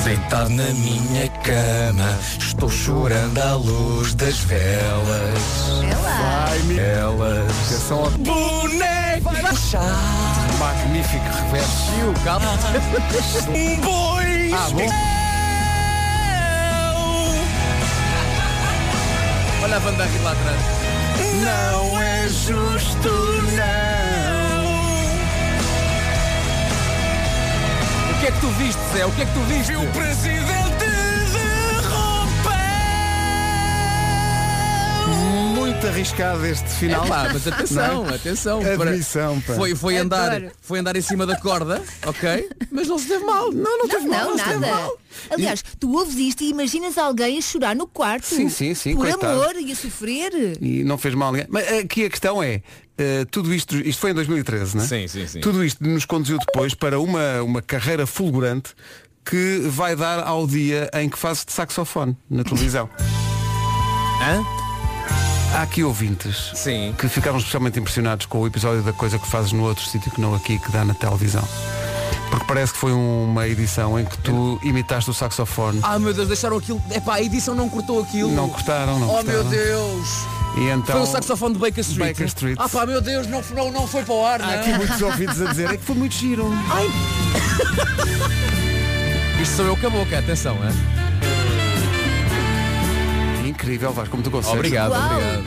S12: Sentado na minha cama Estou chorando à luz das velas Vai-me Elas Boneco Vai puxar
S2: Magnífico reverso
S7: E o cabo
S12: Um boi
S7: Ah, Olha a banda aqui lá atrás
S12: Não é justo não
S7: O que é que tu viste, Zé? O que é que tu viste?
S12: O presidente
S2: Muito arriscado este final.
S7: É pá, mas atenção,
S2: Não é?
S7: atenção.
S2: Admissão, pá.
S7: Foi, foi, andar,
S4: Adoro.
S7: foi andar em cima da corda, ok? Mas não se deve mal. Não, não teve mal.
S4: Não,
S7: se teve
S4: nada.
S7: mal.
S4: Aliás, tu ouves isto e imaginas alguém a chorar no quarto.
S2: Sim, sim, sim,
S4: Por
S2: coitado.
S4: amor e a sofrer.
S2: E não fez mal a ninguém. Mas aqui a questão é, eh, tudo isto, isto foi em 2013, não é?
S12: Sim, sim, sim.
S2: Tudo isto nos conduziu depois para uma, uma carreira fulgurante que vai dar ao dia em que fazes de saxofone na televisão.
S7: Hã?
S2: Há aqui ouvintes que ficaram especialmente impressionados com o episódio da coisa que fazes no outro sítio que não aqui, que dá na televisão. Porque parece que foi uma edição em que tu imitaste o saxofone.
S7: Ah, meu Deus, deixaram aquilo. Epá, a edição não cortou aquilo.
S2: Não cortaram, não
S7: Oh,
S2: cortaram.
S7: meu Deus.
S2: E então,
S7: Foi o saxofone de Baker Street.
S2: Baker Street.
S7: Ah pá, meu Deus, não, não, não foi para o ar, não
S2: Há
S7: é?
S2: aqui muitos ouvidos a dizer, é que foi muito giro.
S7: Isto sou eu com a boca, atenção, é?
S2: Incrível, Vasco, como tu consegues.
S7: Obrigado, obrigado.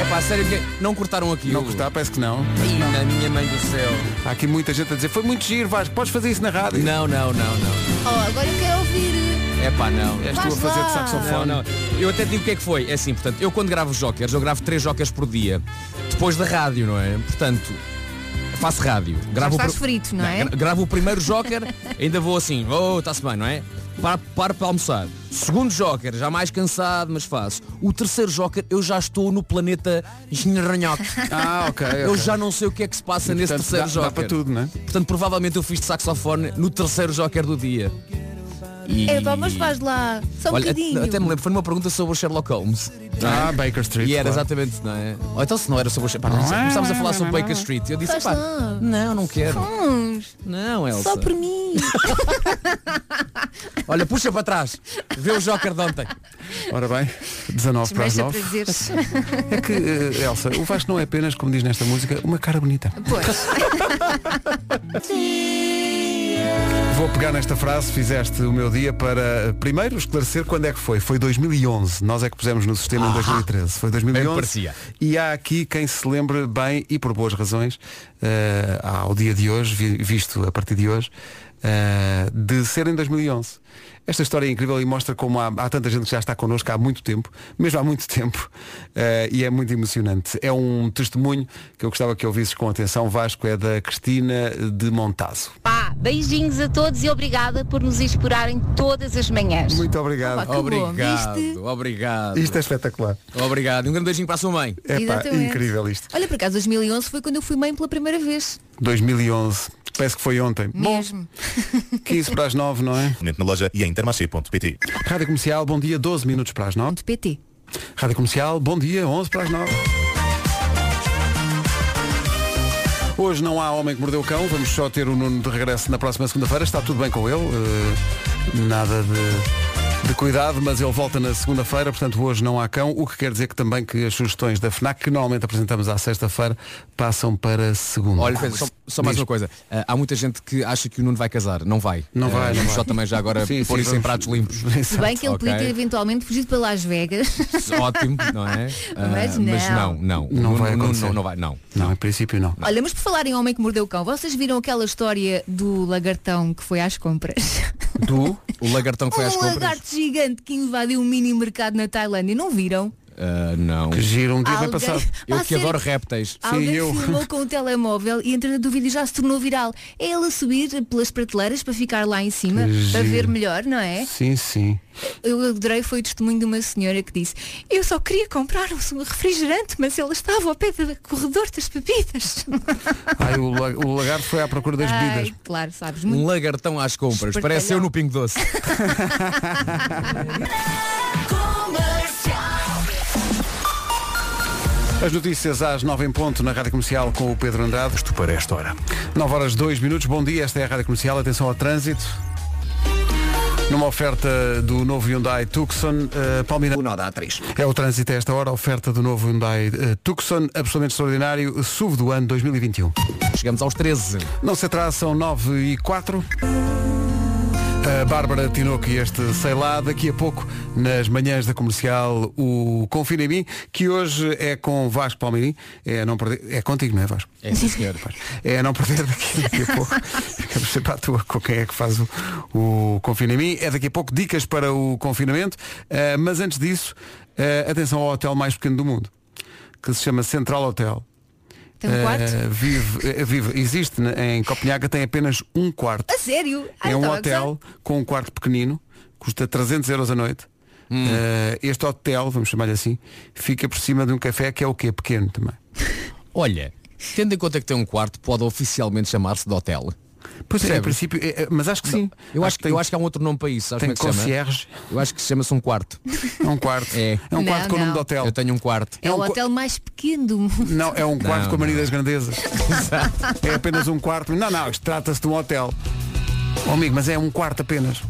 S7: É pá, sério que não cortaram aquilo. Não cortaram,
S2: parece que não.
S7: Ih, na minha mãe do céu.
S2: Há aqui muita gente a dizer, foi muito giro, Vasco, podes fazer isso na rádio.
S7: Não, não, não, não.
S4: Oh, agora eu quero ouvir.
S7: É pá, não.
S4: És tu a Vais fazer de lá. saxofone.
S7: Não, não. Eu até digo o que é que foi. É assim, portanto, eu quando gravo jokers, eu gravo três jokers por dia. Depois da rádio, não é? Portanto, faço rádio. Gravo o
S4: Já estás
S7: pr-
S4: frito, não é?
S7: Gra- Gravo o primeiro joker, ainda vou assim, oh, está-se bem, não é? Paro, paro para almoçar. Segundo joker, já mais cansado, mas faço. O terceiro joker, eu já estou no planeta Engenharanhoque.
S2: Ah, ok, ok.
S7: Eu já não sei o que é que se passa
S2: E,
S7: nesse
S2: portanto,
S7: terceiro
S2: dá- dá
S7: joker.
S2: para tudo, não é?
S7: Portanto, provavelmente eu fiz de saxofone no terceiro joker do dia. E-
S4: É pá, mas faz lá. Só um
S7: Olha, at-
S4: bocadinho.
S7: até me lembro, foi uma pergunta sobre o Sherlock Holmes. não é?
S2: Ah, Baker Street.
S7: E
S2: claro.
S7: era
S2: é,
S7: exatamente, não é? Ou então se não era sobre o Sherlock Holmes, começámos a falar sobre Baker Street. Eu disse,
S4: Faz
S7: pá,
S4: lá.
S7: não, não quero.
S4: Vamos.
S7: Não, Elsa.
S4: Só por mim.
S7: Olha, puxa para trás. Vê o Joker de ontem.
S2: Ora bem, 19 para as 9.
S4: prazeres.
S2: É que, eh, Elsa, o Vasco não é apenas, como diz nesta música, uma cara bonita. Vou pegar nesta frase, fizeste o meu dia para eh, primeiro esclarecer quando é que foi. Foi 2011, nós é que pusemos no sistema em
S7: Ah,
S2: 2013. Foi
S7: bem
S2: 2011.
S7: parecia.
S2: E há aqui quem se lembre bem e por boas razões, eh, ao dia de hoje, vi- visto a partir de hoje, eh, de ser em 2011. Esta história é incrível e mostra como há, há tanta gente que já está connosco há muito tempo, mesmo há muito tempo, eh, e é muito emocionante. É um testemunho que eu gostava que ouvisses com atenção, Vasco, é da Cristina de Montazo.
S13: Pá, Vá, beijinhos a todos e obrigada por nos explorarem todas as manhãs.
S2: Muito obrigado.
S7: obrigado, obrigado.
S2: Isto é espetacular.
S7: Obrigado. E Um grande beijinho para a sua mãe.
S2: É pá,
S4: Exatamente.
S2: incrível isto.
S4: Olha, por acaso 2011 foi quando eu fui mãe pela primeira vez.
S2: 2011. Parece que foi ontem.
S4: Mesmo.
S2: 15 para as 9, não é?
S14: Na loja e em termac.pt.
S2: Rádio Comercial, bom dia, 12 minutos para as 9.
S4: PT.
S2: Rádio Comercial, bom dia, 11 para as 9. Hoje não há homem que mordeu o cão, vamos só ter o Nuno de regresso na próxima segunda-feira. Está tudo bem com ele, eh, nada de, de cuidado, mas ele volta na segunda-feira, portanto hoje não há cão, o que quer dizer que também que as sugestões da FNAC, que normalmente apresentamos à sexta-feira, passam para segunda.
S7: Olha, Pedro, só, só mais
S2: Diz.
S7: uma coisa. Ah, há muita gente que acha que o Nuno vai casar. Não vai.
S2: Não
S7: Ah,
S2: vai, não
S7: vamos
S2: vai.
S7: Só também já agora
S2: Sim,
S7: pôr
S2: sim,
S7: isso em
S2: vamos-
S7: pratos limpos.
S4: Se bem que ele podia ter
S7: Ok.
S4: eventualmente fugido para Las Vegas.
S7: Ótimo, não é? Ah,
S4: Mas não.
S7: não, não.
S2: Não
S7: O
S2: vai
S7: Nuno
S2: acontecer.
S7: não, não vai, não.
S2: Não, em princípio não.
S4: Olha, mas por falar em homem que mordeu o cão, vocês viram aquela história do lagartão que foi às compras?
S7: Tu? O lagartão que foi às
S4: um
S7: compras?
S4: lagarto gigante que invadiu um mini mercado na Tailândia, não viram?
S7: Ah, não. Que
S2: giro, um
S4: dia vai Alguém- passar.
S7: Eu
S4: Há
S7: que
S4: cerca-
S7: adoro répteis.
S4: Alguém filmou com o telemóvel e entrou na dúvida e já se tornou viral. É ele a subir pelas prateleiras para ficar lá em cima,
S2: Que
S4: para ver
S2: giro.
S4: melhor, não é?
S2: Sim, sim.
S4: Eu adorei, foi o testemunho de uma senhora que disse Eu só queria comprar um refrigerante, mas ele estava ao pé do corredor das bebidas.
S2: Ai, o, la- o lagarto foi à procura das
S4: Ai,
S2: bebidas.
S4: claro, sabes,
S7: Um
S4: muito
S7: lagartão às compras.
S4: Espertalhão.
S7: Parece eu no Pingo Doce.
S2: As notícias às 9 em ponto na Rádio Comercial com o Pedro Andrade. Isto para esta hora. 9 horas 2 minutos. Bom dia, esta é a Rádio Comercial. Atenção ao trânsito. Numa oferta do novo Hyundai Tucson, uh, Palmeira... O Noda A3. É o trânsito a esta hora, oferta do novo Hyundai eh, Tucson, absolutamente extraordinário, SUV do ano 2021.
S7: Chegamos aos 13.
S2: Não se atrasa, são 9 e 4. A Bárbara Tinoco e este Sei Lá, daqui a pouco, nas manhãs da comercial, o Confina em Mim, que hoje é com Vasco Palmeirim, é, a não perder, é contigo, não é Vasco?
S7: É, sim, senhor.
S2: É a não perder daqui, daqui a pouco. Ficamos sempre à tua com quem é que faz o, o Confina em Mim. É daqui a pouco dicas para o confinamento, Ah, mas antes disso, ah, atenção ao hotel mais pequeno do mundo, que se chama Central Hotel.
S4: Tem um
S2: Eh,
S4: quarto?
S2: vive, eh, vive- existe na- em Copenhaga, tem apenas um quarto.
S4: A sério? Então, Ai,
S2: é um
S4: estava a
S2: hotel com um quarto pequenino, custa 300 euros a noite.
S7: Hum.
S2: Eh, este hotel, vamos chamar-lhe assim, fica por cima de um café que é o quê? Pequeno também.
S7: Olha, tendo em conta que tem um quarto, pode oficialmente chamar-se de hotel.
S2: Pois é, em
S7: Percebes?
S2: princípio, é, é, mas acho que sim.
S7: Eu acho, que eu acho que há um outro nome para isso. Sabes
S2: tem
S7: como é que se chama?
S2: concierge.
S7: Eu acho que chama-se um quarto.
S2: É um quarto.
S7: É,
S2: É um Não, quarto com o nome não. de
S7: hotel. Eu tenho um quarto.
S4: É o hotel mais pequeno do mundo.
S2: Não, é um quarto
S7: Não,
S2: com a mania das grandezas. é apenas um quarto. Não, não, isto trata-se de um hotel. Oh, amigo, mas é um quarto apenas.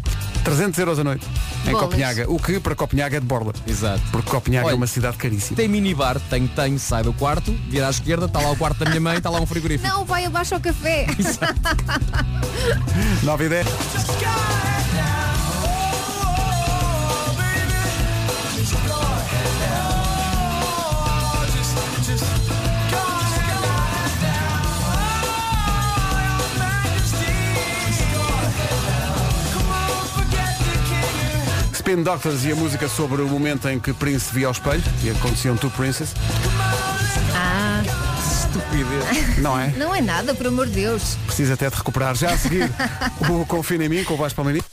S2: 300 euros a noite. Em
S7: Bolas.
S2: Copenhaga. O que para Copenhaga é de borla.
S7: Exato.
S2: Porque Copenhaga é
S7: Olha,
S2: uma cidade caríssima.
S7: Tem minibar, tenho, tenho, sai do quarto, vira à esquerda, está lá o quarto da minha mãe, está lá um frigorífico.
S4: Não, vai abaixo ao café.
S2: 9 e 10. Spin Doctors e a música sobre o momento em que Prince via ao espelho e aconteciam Two Princes.
S4: Ah,
S2: Estupidez. Não é?
S4: não é nada, por amor de Deus.
S2: Preciso até de recuperar. Já a seguir, o Confina em mim com o Vasco Palmeirinho.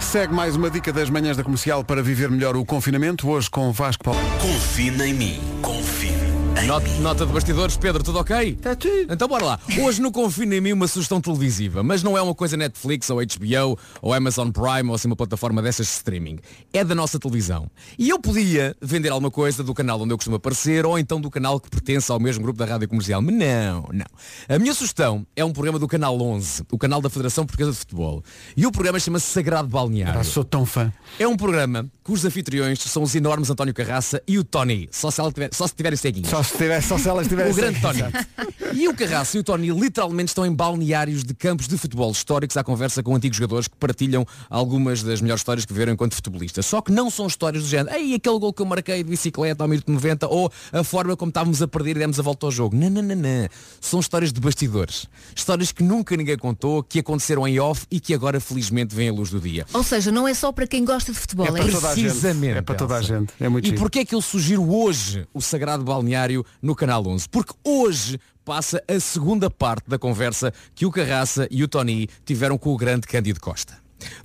S2: Segue mais uma dica das manhãs da comercial para viver melhor o confinamento, hoje com Vasco Paulo.
S5: Confina em mim. Confina.
S7: Not- nota de bastidores, Pedro, tudo ok? Está tudo. Então bora lá. Hoje no Confina em mim uma sugestão televisiva, mas não é uma coisa Netflix ou HBO ou Amazon Prime ou assim uma plataforma dessas de streaming. É da nossa televisão. E eu podia vender alguma coisa do canal onde eu costumo aparecer ou então do canal que pertence ao mesmo grupo da rádio comercial. Mas não, não. A minha sugestão é um programa do Canal 11, o canal da Federação Portuguesa de Futebol. E o programa chama-se Sagrado Balneário.
S2: Ah, sou tão fã.
S7: É um programa cujos anfitriões são os enormes António Carraça e o Tony. Só se, ela tiver, só se tiverem ceguinhos.
S2: Só se, tiver, só se elas tivessem.
S7: O grande Tony.
S2: Exato.
S7: E o Carraça e o Tony literalmente estão em balneários de campos de futebol históricos à conversa com antigos jogadores que partilham algumas das melhores histórias que viram enquanto futebolista. Só que não são histórias do género, ei, aquele gol que eu marquei de bicicleta ao minuto 90 ou a forma como estávamos a perder e demos a volta ao jogo. Não, não, não, não. São histórias de bastidores. Histórias que nunca ninguém contou, que aconteceram em off e que agora felizmente vêm à luz do dia.
S4: Ou seja, não é só para quem gosta de futebol, é, isso?
S7: Precisamente.
S2: É para toda a
S7: Elsa.
S2: gente. É muito
S7: E
S2: giro.
S7: porquê é que eu sugiro hoje o Sagrado Balneário Rádio no Canal 11. Porque hoje passa a segunda parte da conversa que o Carraça e o Tony tiveram com o grande Cândido Costa.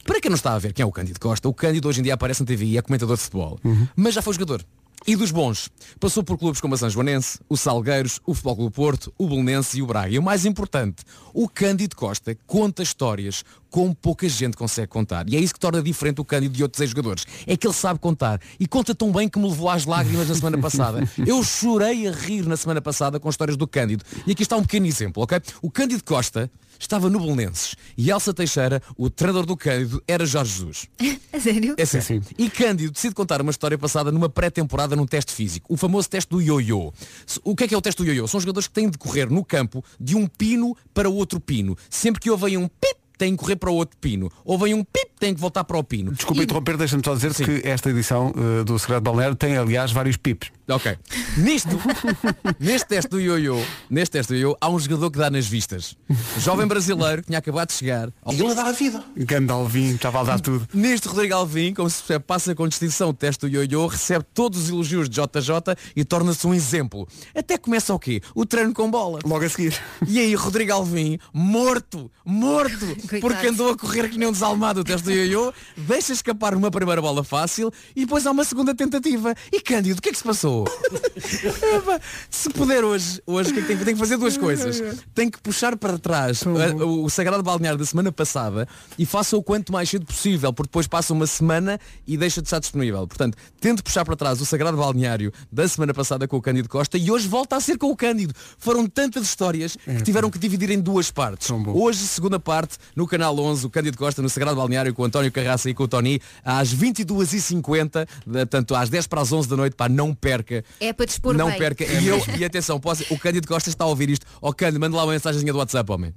S7: Para quem não está a ver quem é o Cândido Costa, o Cândido hoje em dia aparece na TV e é comentador de futebol,
S2: Uhum.
S7: mas já foi jogador. E dos bons. Passou por clubes como a São Joanense, o Salgueiros, o Futebol Clube do Porto, o Belenense e o Braga. E o mais importante, o Cândido Costa conta histórias como pouca gente consegue contar. E é isso que torna diferente o Cândido de outros ex-jogadores. É que ele sabe contar. E conta tão bem que me levou às lágrimas na semana passada. Eu chorei a rir na semana passada com histórias do Cândido. E aqui está um pequeno exemplo, ok? O Cândido Costa estava no Belenenses. E Elsa Teixeira, o treinador do Cândido, era Jorge Jesus.
S4: A sério?
S7: É sério. E Cândido decide contar uma história passada numa pré-temporada num teste físico, o famoso teste do ioiô. Se- O que é que é o teste do ioiô? São jogadores que têm de correr no campo de um pino para outro pino. Sempre que ouvem um pip, têm que correr para outro pino. Ouvem um pip, têm que voltar para o pino.
S2: Desculpa interromper, deixa-me só dizer que esta edição eh, do Segredo Balneário tem, aliás, vários pips.
S7: Ok. Nisto, neste teste do ioiô, neste teste do ioiô, há um jogador que dá nas vistas. Jovem brasileiro, que tinha acabado de chegar. E ele dá a vida.
S2: Gandalvin, estava a dar tudo.
S7: Neste Rodrigo Alvim, como se percebe, passa com distinção o teste do ioiô, recebe todos os elogios de JJ e torna-se um exemplo. Até começa o quê? O treino com bola.
S2: Logo a seguir.
S7: E aí, Rodrigo Alvim, morto, morto, porque andou a correr que nem um desalmado o teste do ioiô, deixa escapar uma primeira bola fácil e depois há uma segunda tentativa. E Cândido, o que é que se passou? Epá, se puder hoje, hoje o que é que tem, que- tem que fazer duas coisas. Tem que puxar para trás a- o, o Sagrado Balneário da semana passada e faça o quanto mais cedo possível, porque depois passa uma semana e deixa de estar disponível. Portanto, tente puxar para trás o Sagrado Balneário da semana passada com o Cândido Costa e hoje volta a ser com o Cândido. Foram tantas histórias que tiveram que dividir em duas partes. Hoje, segunda parte, no Canal 11, o Cândido Costa no Sagrado Balneário com o António Carraça e com o Tony, às 22h50, portanto, às 10 para as 11 da noite, pá, não perca
S4: É para dispor
S7: não
S4: bem.
S7: perca. E, eu, e atenção, posso- o Cândido Costa está a ouvir isto. Ó Cândido, manda lá uma mensagenzinha do WhatsApp, homem.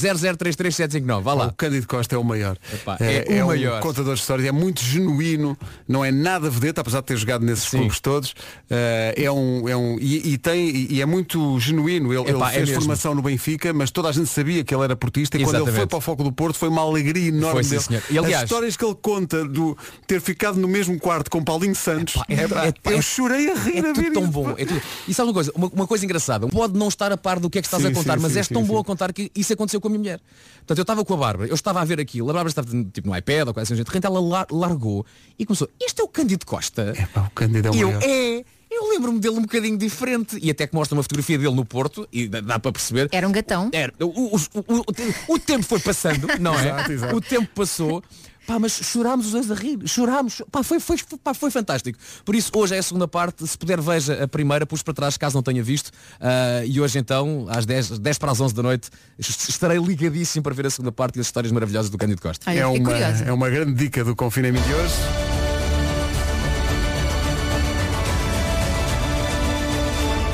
S7: 910033759. Vá lá. O
S2: Cândido Costa é o maior.
S7: é, o maior.
S2: um contador de histórias, é muito genuíno, não é nada vedeta, apesar de ter jogado nesses clubes todos. Eh, é um, é um, e, e tem, e, e é muito genuíno. Ele,
S7: Epá,
S2: ele
S7: é
S2: fez
S7: mesmo.
S2: formação no Benfica, mas toda a gente sabia que ele era portista e quando ele
S7: Exatamente.
S2: foi para o Foco do Porto foi uma alegria enorme
S7: Foi, sim,
S2: dele.
S7: senhor. E, aliás-
S2: As histórias que ele conta do ter ficado no mesmo quarto com Paulinho Santos, epá, eu chorei a rir
S7: é
S2: a
S7: tudo
S2: ver
S7: tão
S2: isso.
S7: bom. É tudo- E sabe uma coisa? Uma, uma coisa engraçada. Pode não estar a par do que é que estás
S2: Sim,
S7: a contar,
S2: sim,
S7: mas
S2: sim,
S7: és
S2: sim,
S7: tão
S2: sim.
S7: boa a contar que isso aconteceu com a minha mulher. Portanto, eu estava com a Bárbara, eu estava a ver aquilo, a Bárbara estava tipo no iPad ou coisa assim, do jeito. de repente ela lar- largou e começou, este é o Cândido Costa.
S2: O Cândido é o
S7: e eu,
S2: maior.
S7: é, eu lembro-me dele um bocadinho diferente. E até que mostra uma fotografia dele no Porto, e dá, dá para perceber.
S4: Era um gatão.
S7: Era. O, o, o- o- o tempo foi passando, não é?
S11: Exato, exato.
S7: O tempo passou. Pá, mas chorámos os dois a rir, chorámos, pá, foi, foi, pá, foi fantástico. Por isso, hoje é a segunda parte, se puder veja a primeira, pus para trás caso não tenha visto. Ah, e hoje então, às 10, 10 para as 11 da noite, est- estarei ligadíssimo para ver a segunda parte e as histórias maravilhosas do Cândido Costa.
S2: é, uma, é uma grande dica do confinamento de hoje.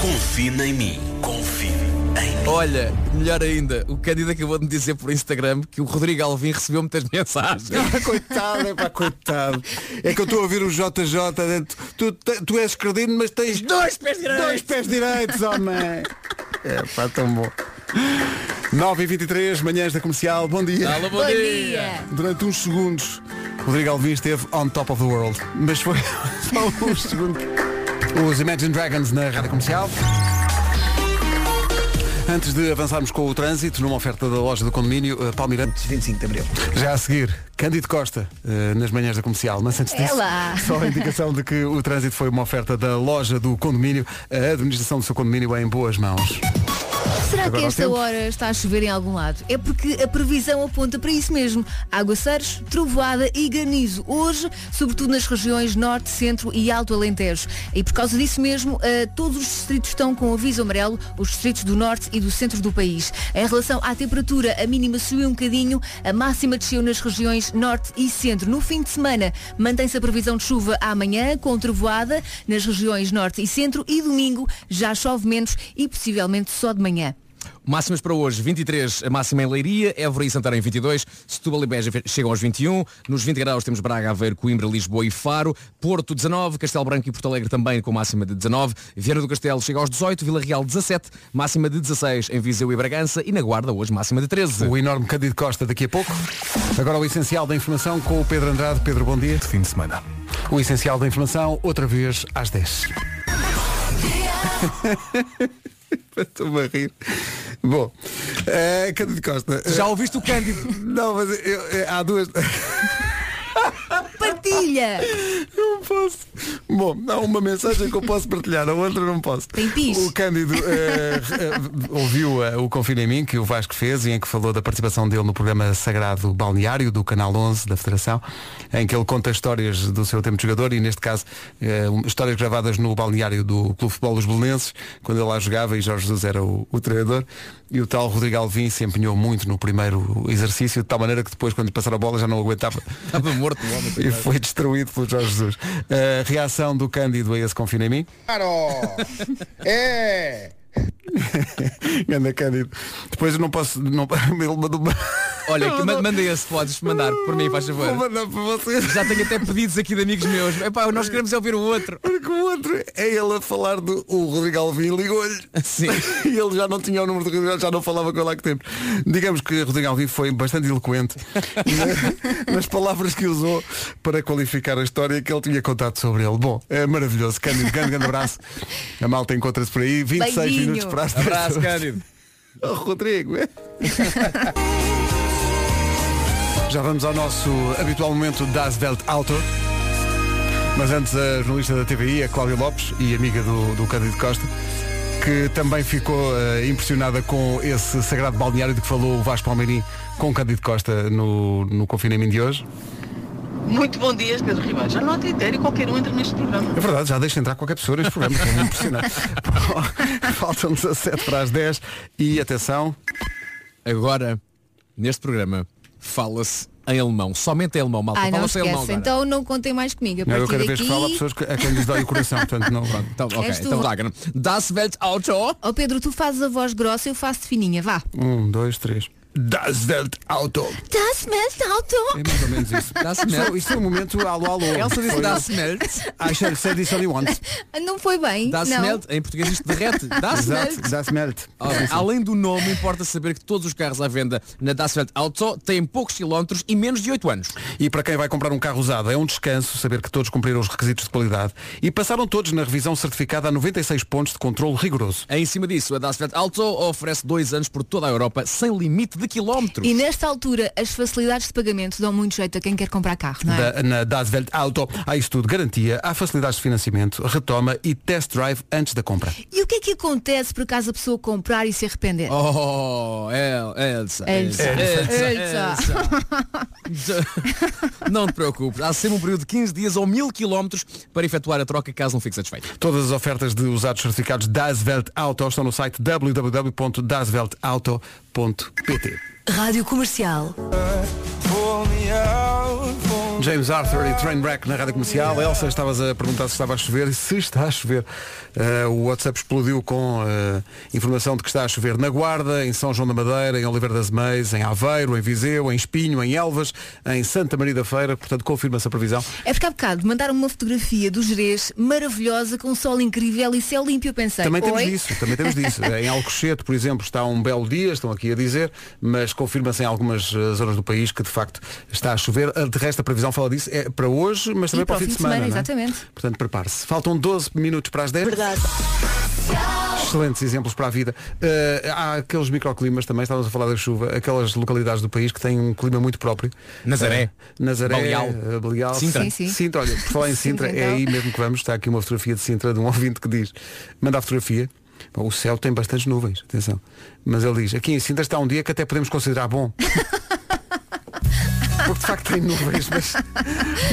S5: Confina em mim. Confie.
S7: Olha, melhor ainda, o Cândido acabou de me dizer por Instagram que o Rodrigo Alvim recebeu muitas mensagens.
S11: Ah,
S2: coitado, é pá, coitado. É que eu estou a ouvir o JJ dentro. Tu, te- tu és credino, mas tens
S7: dois pés direitos.
S2: Dois pés direitos, homem. É pá, tão bom. 9h23, manhãs da comercial. Bom dia.
S11: Alô, bom Bom dia. dia.
S2: Durante uns segundos, Rodrigo Alvim esteve on top of the world. Mas foi só uns segundos. Os Imagine Dragons na rádio comercial. Antes de avançarmos com o trânsito, numa oferta da loja do condomínio, eh, Palmeirante 25 de Abril. Já a seguir, Cândido Costa, eh, nas manhãs da comercial, mas antes disso,
S11: Ela.
S2: só a indicação de que o trânsito foi uma oferta da loja do condomínio, a administração do seu condomínio é em boas mãos.
S4: Será
S2: Agora
S4: que
S2: ao
S4: esta
S2: tempo.
S4: hora está a chover em algum lado? É porque a previsão aponta para isso mesmo. Aguaceiros, trovoada e granizo. Hoje, sobretudo nas regiões Norte, Centro e Alto Alentejo. E por causa disso mesmo, eh, todos os distritos estão com aviso amarelo, os distritos do Norte e do Centro do país. Em relação à temperatura, a mínima subiu um bocadinho, a máxima desceu nas regiões Norte e Centro. No fim de semana, mantém-se a previsão de chuva amanhã, com trovoada nas regiões Norte e Centro e domingo já chove menos e possivelmente só de manhã.
S7: Máximas para hoje, 23 a máxima em Leiria, Évora e Santarém 22, Setúbal e Beja fe- chegam aos 21, nos 20 graus temos Braga, Aveiro, Coimbra, Lisboa e Faro, Porto 19, Castelo Branco e Porto Alegre também com máxima de 19, Viana do Castelo chega aos 18, Vila Real 17, máxima de 16 em Viseu e Bragança e na Guarda hoje máxima de 13.
S2: O enorme Cândido Costa daqui a pouco. Agora o essencial da informação com o Pedro Andrade. Pedro, bom dia. Fim de semana. O essencial da informação, outra vez às 10. Estou-me a rir. Bom, eh, Cândido Costa. Já ouviste o Cândido? Não, mas eu, eh, há duas.
S4: Partilha!
S2: Não posso. Bom, há uma mensagem que eu posso partilhar, a outra não posso.
S4: Tem pis.
S2: O Cândido eh, eh, ouviu eh, o Confina em Mim, que o Vasco fez, e em que falou da participação dele no programa Sagrado Balneário, do Canal 11 da Federação, em que ele conta histórias do seu tempo de jogador, e neste caso, eh, um- histórias gravadas no balneário do Clube de Futebol dos Belenenses, quando ele lá jogava e Jorge Jesus era o, o treinador. E o tal Rodrigo Alvim se empenhou muito no primeiro exercício, de tal maneira que depois, quando lhe passaram a bola, já não aguentava.
S7: Estava morto o homem.
S2: E foi destruído pelo Jorge Jesus. A reação do Cândido a esse confina em mim.
S15: Claro! é!
S2: Ganda Cândido. Depois eu não posso. Não, ele mandou uma-
S7: Olha, que ma- manda esse, podes mandar por mim, faz favor.
S2: Vou mandar para você.
S7: Já tenho até pedidos aqui de amigos meus. Epá, nós queremos é ouvir o outro.
S2: Porque o outro é ele a falar do o Rodrigo Alvim ligou-lhe.
S7: Sim.
S2: E ele já não tinha o número do Rodrigo, já não falava com ele há que tempo. Digamos que Rodrigo Alvim foi bastante eloquente na- nas palavras que usou para qualificar a história que ele tinha contado sobre ele. Bom, é maravilhoso. Cândido, grande, grande abraço. A malta encontra-se por aí. 26
S11: Beijinho.
S2: minutos para as três
S11: Abraço,
S2: horas.
S11: Cândido.
S2: Oh, Rodrigo. é? Já vamos ao nosso habitual momento das Welt Auto. Mas antes a jornalista da TVI, a Cláudia Lopes e amiga do, do Cândido Costa, que também ficou eh, impressionada com esse sagrado balneário de que falou o Vasco Palmeirim com o Cândido Costa no, no confinamento de hoje.
S16: Muito bom dia, Pedro Ribeiro. Já não há critério, qualquer um entra neste programa.
S2: É verdade, já deixa entrar qualquer pessoa neste programa, estou impressionante. Faltam 17 para as 10 e atenção.
S7: Agora, neste programa, fala-se em alemão. Somente em alemão, malta.
S4: Ai, não
S7: Fala-se em alemão
S4: esquece.
S7: agora.
S4: Então não contem mais comigo. A
S2: é
S7: Não, eu
S4: partir
S7: cada vez que
S4: daqui...
S7: falo, há pessoas
S2: Pessoas que, a quem lhes dói o coração, portanto não. Pronto,
S7: então, ok,
S4: És tu.
S7: então larga-me. Das Welt Auto.
S4: Oh Pedro, tu fazes a voz grossa, eu faço de fininha, vá.
S2: Um, dois, três. Das Welt Auto.
S4: Das Welt
S2: É
S4: Auto.
S2: mais ou menos isso.
S4: Das
S2: Isto é-
S4: Melt.
S2: Isto é um momento alô alô.
S4: Elsa disse
S2: Foi- Ah, é,
S4: Das Melt.
S2: I shall say this only once.
S4: Não foi bem.
S7: Das
S4: não.
S7: Melt, em português isto derrete. Das
S2: Exato,
S7: Melt.
S2: Das Melt.
S7: Ora,
S2: Sim, sim.
S7: Além do nome, importa saber que todos os carros à venda na Das Welt Auto têm poucos quilómetros e menos de 8 anos.
S2: E para quem vai comprar um carro usado, é um descanso saber que todos cumpriram os requisitos de qualidade e passaram todos na revisão certificada a 96 pontos de controle rigoroso.
S7: Em cima disso, a Das Welt Auto oferece dois anos por toda a Europa sem limite de quilómetros.
S4: E nesta altura, as facilidades de pagamento dão muito jeito a quem quer comprar carro, não é?
S2: Da, na Das Welt Auto há isso tudo, garantia, há facilidades de financiamento, retoma e test drive antes da compra.
S4: E o que é que acontece por acaso a pessoa comprar e se arrepender?
S7: Oh, El- Elsa.
S4: Elsa.
S7: Elsa.
S4: Elsa.
S7: Elsa. Não te preocupes, há sempre um período de 15 dias ou 1000 quilómetros para efetuar a troca caso não fique satisfeito.
S2: Todas as ofertas de usados certificados Das Welt Auto estão no site www.dasweltauto.pt.
S17: Rádio Comercial.
S2: James Arthur e Trainwreck na rádio comercial. Elsa, estavas a perguntar se estava a chover e se está a chover. Eh, o WhatsApp explodiu com eh, informação de que está a chover na Guarda, em São João da Madeira, em Oliveira das Meias, em Aveiro, em Viseu, em Espinho, em Elvas, em Santa Maria da Feira. Portanto, confirma-se a previsão.
S4: É porque há bocado mandaram uma fotografia do Jerez maravilhosa, com um sol incrível e céu limpo, eu pensei.
S2: Também temos
S4: "Oi?"
S2: disso, também temos disso. Em Alcochete, por exemplo, está um belo dia, estão aqui a dizer, mas confirma-se em algumas eh, zonas do país que de facto está a chover. Eh, De resto, a previsão fala disso, é para hoje, mas também
S4: E
S2: para o fim de semana. não é?
S4: Exatamente.
S2: Portanto, prepare-se. Faltam 12 minutos para as 10.
S4: Verdade.
S2: Excelentes exemplos para a vida. Eh, há aqueles microclimas também, estávamos a falar da chuva, aquelas localidades do país que têm um clima muito próprio.
S7: Nazaré.
S2: Eh, Nazaré.
S7: Baleal.
S2: eh, Baleal.
S7: Sintra. Sim, sim.
S2: Sintra, olha, por falar em Sintra,
S7: Sintra,
S2: é aí
S7: então.
S2: mesmo que vamos. Está aqui uma fotografia de Sintra de um ouvinte que diz, manda a fotografia. Bom, O céu tem bastantes nuvens, atenção. Mas ele diz, aqui em Sintra está um dia que até podemos considerar bom. Porque de facto tem nuvens, mas,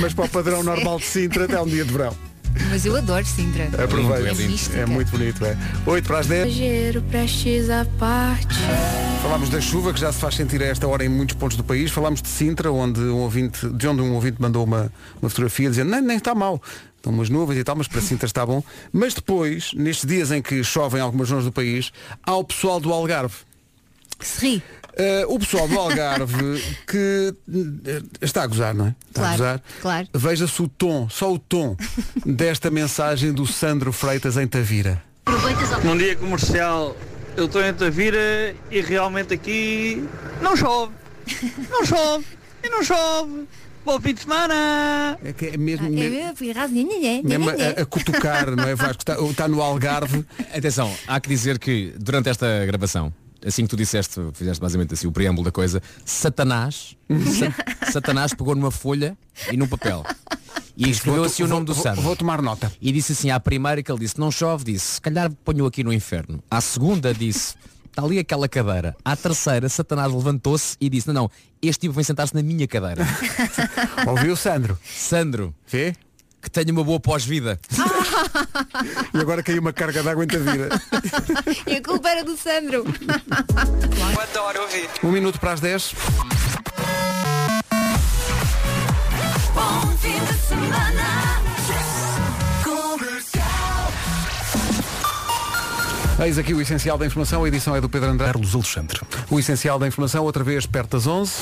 S2: mas para o padrão normal de Sintra até um dia de verão.
S4: Mas eu adoro Sintra.
S2: Aproveita.
S4: É mística.
S2: É muito bonito, é. 8 para as 10.
S18: Exagero, prestes à parte.
S2: Falámos da chuva que já se faz sentir a esta hora em muitos pontos do país. Falámos de Sintra, onde um ouvinte, de onde um ouvinte mandou uma, uma fotografia dizendo nem, nem está mal. Estão umas nuvens e tal, mas para Sintra está bom. Mas depois, nestes dias em que chovem algumas zonas do país, há o pessoal do Algarve.
S4: Que se ri.
S2: Eh, o pessoal do Algarve que eh, está a gozar, não é? Está a
S4: Claro,
S2: gozar.
S4: claro.
S2: Veja-se o tom, só o tom desta mensagem do Sandro Freitas em Tavira.
S19: Num dia comercial, eu estou em Tavira e realmente aqui não chove. Não chove. E não chove. Bom fim de semana!
S2: É que é mesmo. me-
S4: Eu fui rasinha,
S2: Mesmo a, a cutucar, não é Vasco? Está, está no Algarve.
S7: Atenção, há que dizer que durante esta gravação, assim que tu disseste, fizeste basicamente assim o preâmbulo da coisa, Satanás, Sa- Satanás pegou numa folha e num papel. E escreveu
S2: vou-
S7: assim o nome do
S2: vou-
S7: santo.
S2: vou tomar nota.
S7: E disse assim, à primeira que ele disse, não chove, disse, se calhar ponho aqui no inferno. À segunda disse, está ali aquela cadeira. À terceira, Satanás levantou-se e disse, não, não, este tipo vem sentar-se na minha cadeira.
S2: Ouviu, Sandro?
S7: Sandro.
S2: Vê?
S7: Que tenha uma boa pós-vida.
S2: E agora caiu uma carga de água em vida.
S4: E a culpa era do Sandro.
S11: Eu adoro ouvir.
S2: Um minuto para as 10.
S11: Bom fim de semana!
S2: Eis aqui o essencial da informação. A edição é do Pedro Andrade. Carlos Alexandre. O essencial da informação, outra vez perto das 11.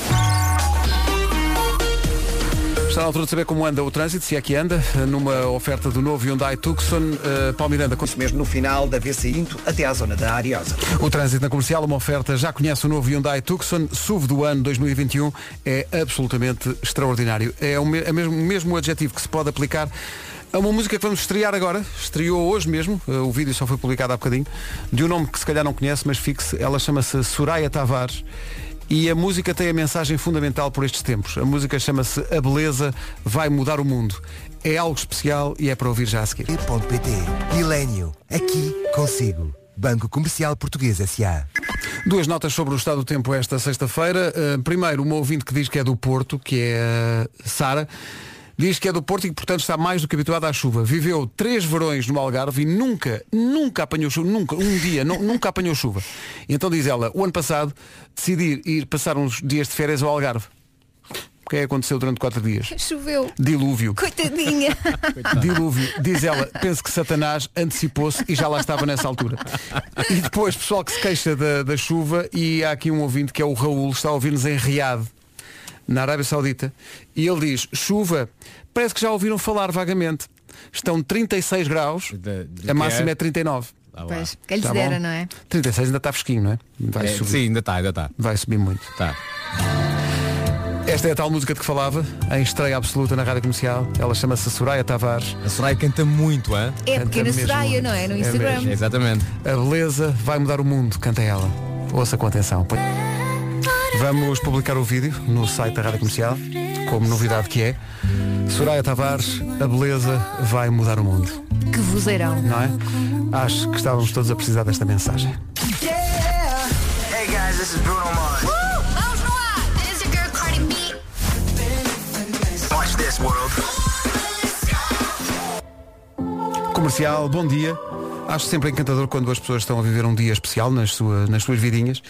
S2: Está na altura de saber como anda o trânsito, se é que anda, numa oferta do novo Hyundai Tucson. Uh, Palmiranda, com
S3: isso mesmo, no final da VC Into até à zona da Ariosa.
S2: O trânsito na comercial, uma oferta, já conhece o novo Hyundai Tucson, SUV do ano 2021, é absolutamente extraordinário. É o me- é mesmo, o mesmo adjetivo que se pode aplicar a uma música que vamos estrear agora, estreou hoje mesmo, eh, o vídeo só foi publicado há bocadinho, de um nome que se calhar não conhece, mas fixe, ela chama-se Soraya Tavares. E a música tem a mensagem fundamental por estes tempos. A música chama-se A Beleza Vai Mudar o Mundo. É algo especial e é para ouvir já a seguir.
S17: Milênio, aqui consigo. Banco Comercial Português S.A.
S2: Duas notas sobre o estado do tempo esta sexta-feira. Uh, primeiro, uma ouvinte que diz que é do Porto, que é uh, Sara, diz que é do Porto e que, portanto, está mais do que habituada à chuva. Viveu três verões no Algarve e nunca, nunca apanhou chuva, nunca, um dia, nu- nunca apanhou chuva. Então diz ela, o ano passado decidi ir passar uns dias de férias ao Algarve. O que é que aconteceu durante quatro dias?
S4: Choveu.
S2: Dilúvio.
S4: Coitadinha.
S2: Dilúvio, diz ela, penso que Satanás antecipou-se e já lá estava nessa altura. E depois, pessoal que se queixa da, da chuva, e há aqui um ouvinte que é o Raul, está a ouvir-nos em Riad, na Arábia Saudita, e ele diz, chuva, parece que já ouviram falar vagamente. Estão 36 graus, a máxima é 39.
S7: Ah.
S4: Pois, que lhes
S2: Tá bom?
S4: dera, não é?
S2: 36 ainda está fresquinho, não é? Vai
S7: É,
S2: subir.
S7: sim, ainda está, ainda está.
S2: Vai subir muito.
S7: Tá.
S2: Esta é a tal música de que falava, em estreia absoluta na Rádio Comercial. Ela chama-se Soraya Tavares.
S7: A Soraya canta muito, hã?
S4: É a pequena
S2: mesmo
S4: Soraya, não é? No Instagram.
S7: Exatamente.
S2: A beleza vai mudar o mundo, canta ela. Ouça com atenção. Põe- Vamos publicar o vídeo no site da Rádio Comercial, como novidade que é. Soraya Tavares, a beleza vai mudar o mundo,
S4: Que vozeirão.
S2: não é? Acho que estávamos todos a precisar desta mensagem.
S9: Hey guys, this is Bruno Mars.
S11: Vamos no ar! This is your girl Cardi B.
S9: Watch this world.
S2: Comercial, bom dia. Acho sempre encantador quando as pessoas estão a viver um dia especial nas, sua- nas suas vidinhas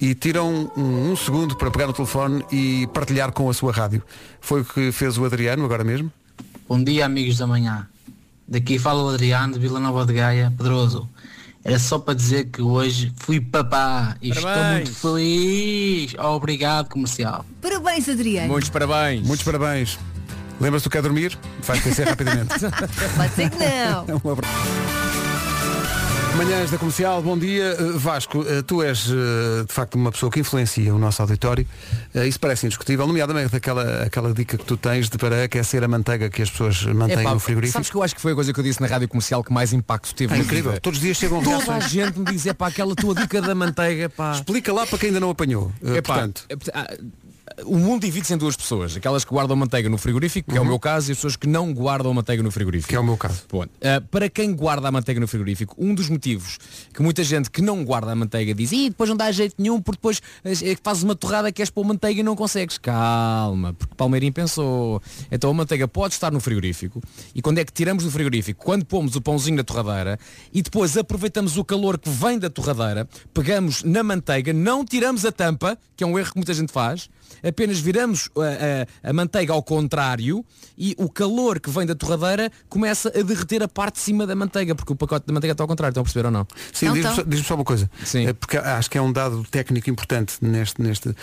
S2: e tiram um, um segundo para pegar o telefone e partilhar com a sua rádio. Foi o que fez o Adriano agora mesmo.
S20: Bom dia, amigos da manhã. Daqui fala o Adriano de Vila Nova de Gaia, Pedroso. Era só para dizer que hoje fui papá e estou
S7: Parabéns.
S20: é muito feliz. Obrigado, comercial.
S4: Parabéns, Adriano.
S7: Muitos parabéns.
S2: Muitos parabéns. Lembra-se do que é dormir? Vai esquecer rapidamente.
S4: Pode ser que não.
S2: Um abraço. Manhãs da Comercial, bom dia. Uh, Vasco, uh, tu és uh, de facto uma pessoa que influencia o nosso auditório. Uh, Isso parece indiscutível, nomeadamente aquela, aquela dica que tu tens de para aquecer a manteiga que as pessoas mantêm
S7: Epá,
S2: no frigorífico.
S7: Sabes que eu acho que foi a coisa que eu disse na rádio comercial que mais impacto teve.
S2: É
S7: na
S2: incrível.
S7: vida.
S2: Todos os dias chegam
S7: Toda
S2: reações.
S7: a gente me diz, é para aquela tua dica da manteiga, pá.
S2: Explica lá para quem ainda não apanhou. Uh,
S7: Epá,
S2: portanto.
S7: é, porta- ah, o mundo divide-se em duas pessoas, aquelas que guardam manteiga no frigorífico, que é o meu caso, e as pessoas que não guardam manteiga no frigorífico. Que é
S2: o meu caso.
S7: para quem guarda a manteiga no frigorífico, um dos motivos que muita gente que não guarda a manteiga diz, e depois não dá jeito nenhum, porque depois eh, fazes uma torrada que és pôr manteiga e não consegues. Calma, porque Palmeirinho pensou, então a manteiga pode estar no frigorífico, e quando é que tiramos do frigorífico? Quando pomos o pãozinho na torradeira, e depois aproveitamos o calor que vem da torradeira, pegamos na manteiga, não tiramos a tampa, que é um erro que muita gente faz, apenas viramos eh, a, a- a manteiga ao contrário e o calor que vem da torradeira começa a derreter a parte de cima da manteiga, porque o pacote da manteiga está ao contrário, estão a perceber ou não?
S2: Sim, diz-me só- diz-me só uma coisa. É porque acho que é um dado técnico importante neste. neste...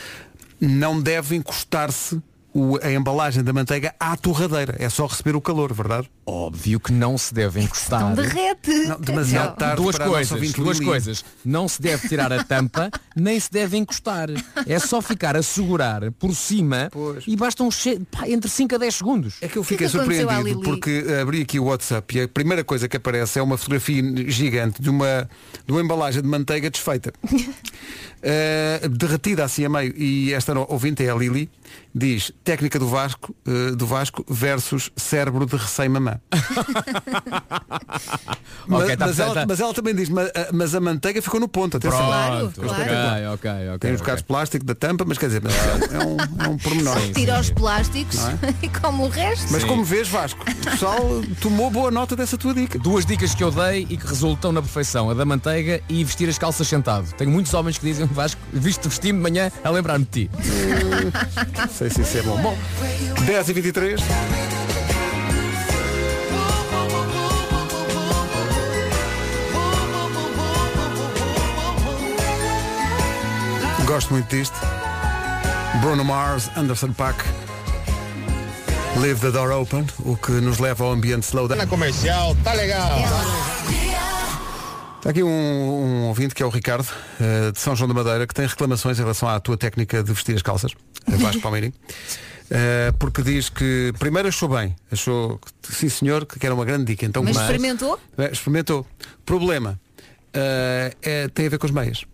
S2: Não deve encostar-se o- a embalagem da manteiga à torradeira. É só receber o calor, verdade? Óbvio que não se deve encostar.
S4: Derrete.
S2: Não, demasiado
S4: Tchau.
S2: tarde
S7: duas
S2: para a nossa
S7: coisas,
S2: ouvinte
S7: duas
S2: Lili.
S7: coisas. Não se deve tirar a tampa, nem se deve encostar. É só ficar a segurar por cima e bastam che- pá, entre 5 a 10 segundos.
S2: É que eu Fiquei surpreendido porque abri aqui o WhatsApp e a primeira coisa que aparece é uma fotografia gigante de uma, de uma embalagem de manteiga desfeita. Eh, derretida assim a meio. E esta no- ouvinte é a Lili. Diz, técnica do Vasco, eh, do Vasco versus cérebro de recém-mamã. mas,
S7: Ok, tá
S2: mas
S7: certo,
S2: ela,
S7: tá.
S2: mas ela também diz, mas, a- mas a manteiga ficou no ponto. Atenção.
S7: Pronto, ok, ok, ok.
S2: Tem os bocados de plástico da tampa, mas quer dizer, mas é, um- é um, é um pormenor.
S4: Tira os plásticos
S2: Não é?
S4: e come o resto.
S2: Mas como vês, Vasco, o pessoal tomou boa nota dessa tua dica.
S7: Duas dicas que eu dei e que resultam na perfeição. A da manteiga e vestir as calças sentado. Tenho muitos homens que dizem, Vasco, viste vestindo de manhã a lembrar-me de ti.
S2: Não sei se isso é bom. Bom, 10 e 23. Gosto muito disto. Bruno Mars, Anderson Paak. Leave the door open, o que nos leva ao ambiente slowdown.
S15: comercial, tá
S4: É.
S15: legal.
S2: Está aqui um, um ouvinte que é o Ricardo, eh, de São João da Madeira, que tem reclamações em relação à tua técnica de vestir as calças, eh, Vasco Palmeirim, Eh, porque diz que primeiro achou bem, achou que sim senhor, que era uma grande dica. Então,
S4: Mas experimentou?
S2: Eh, experimentou. Problema eh, é- tem a ver com as meias.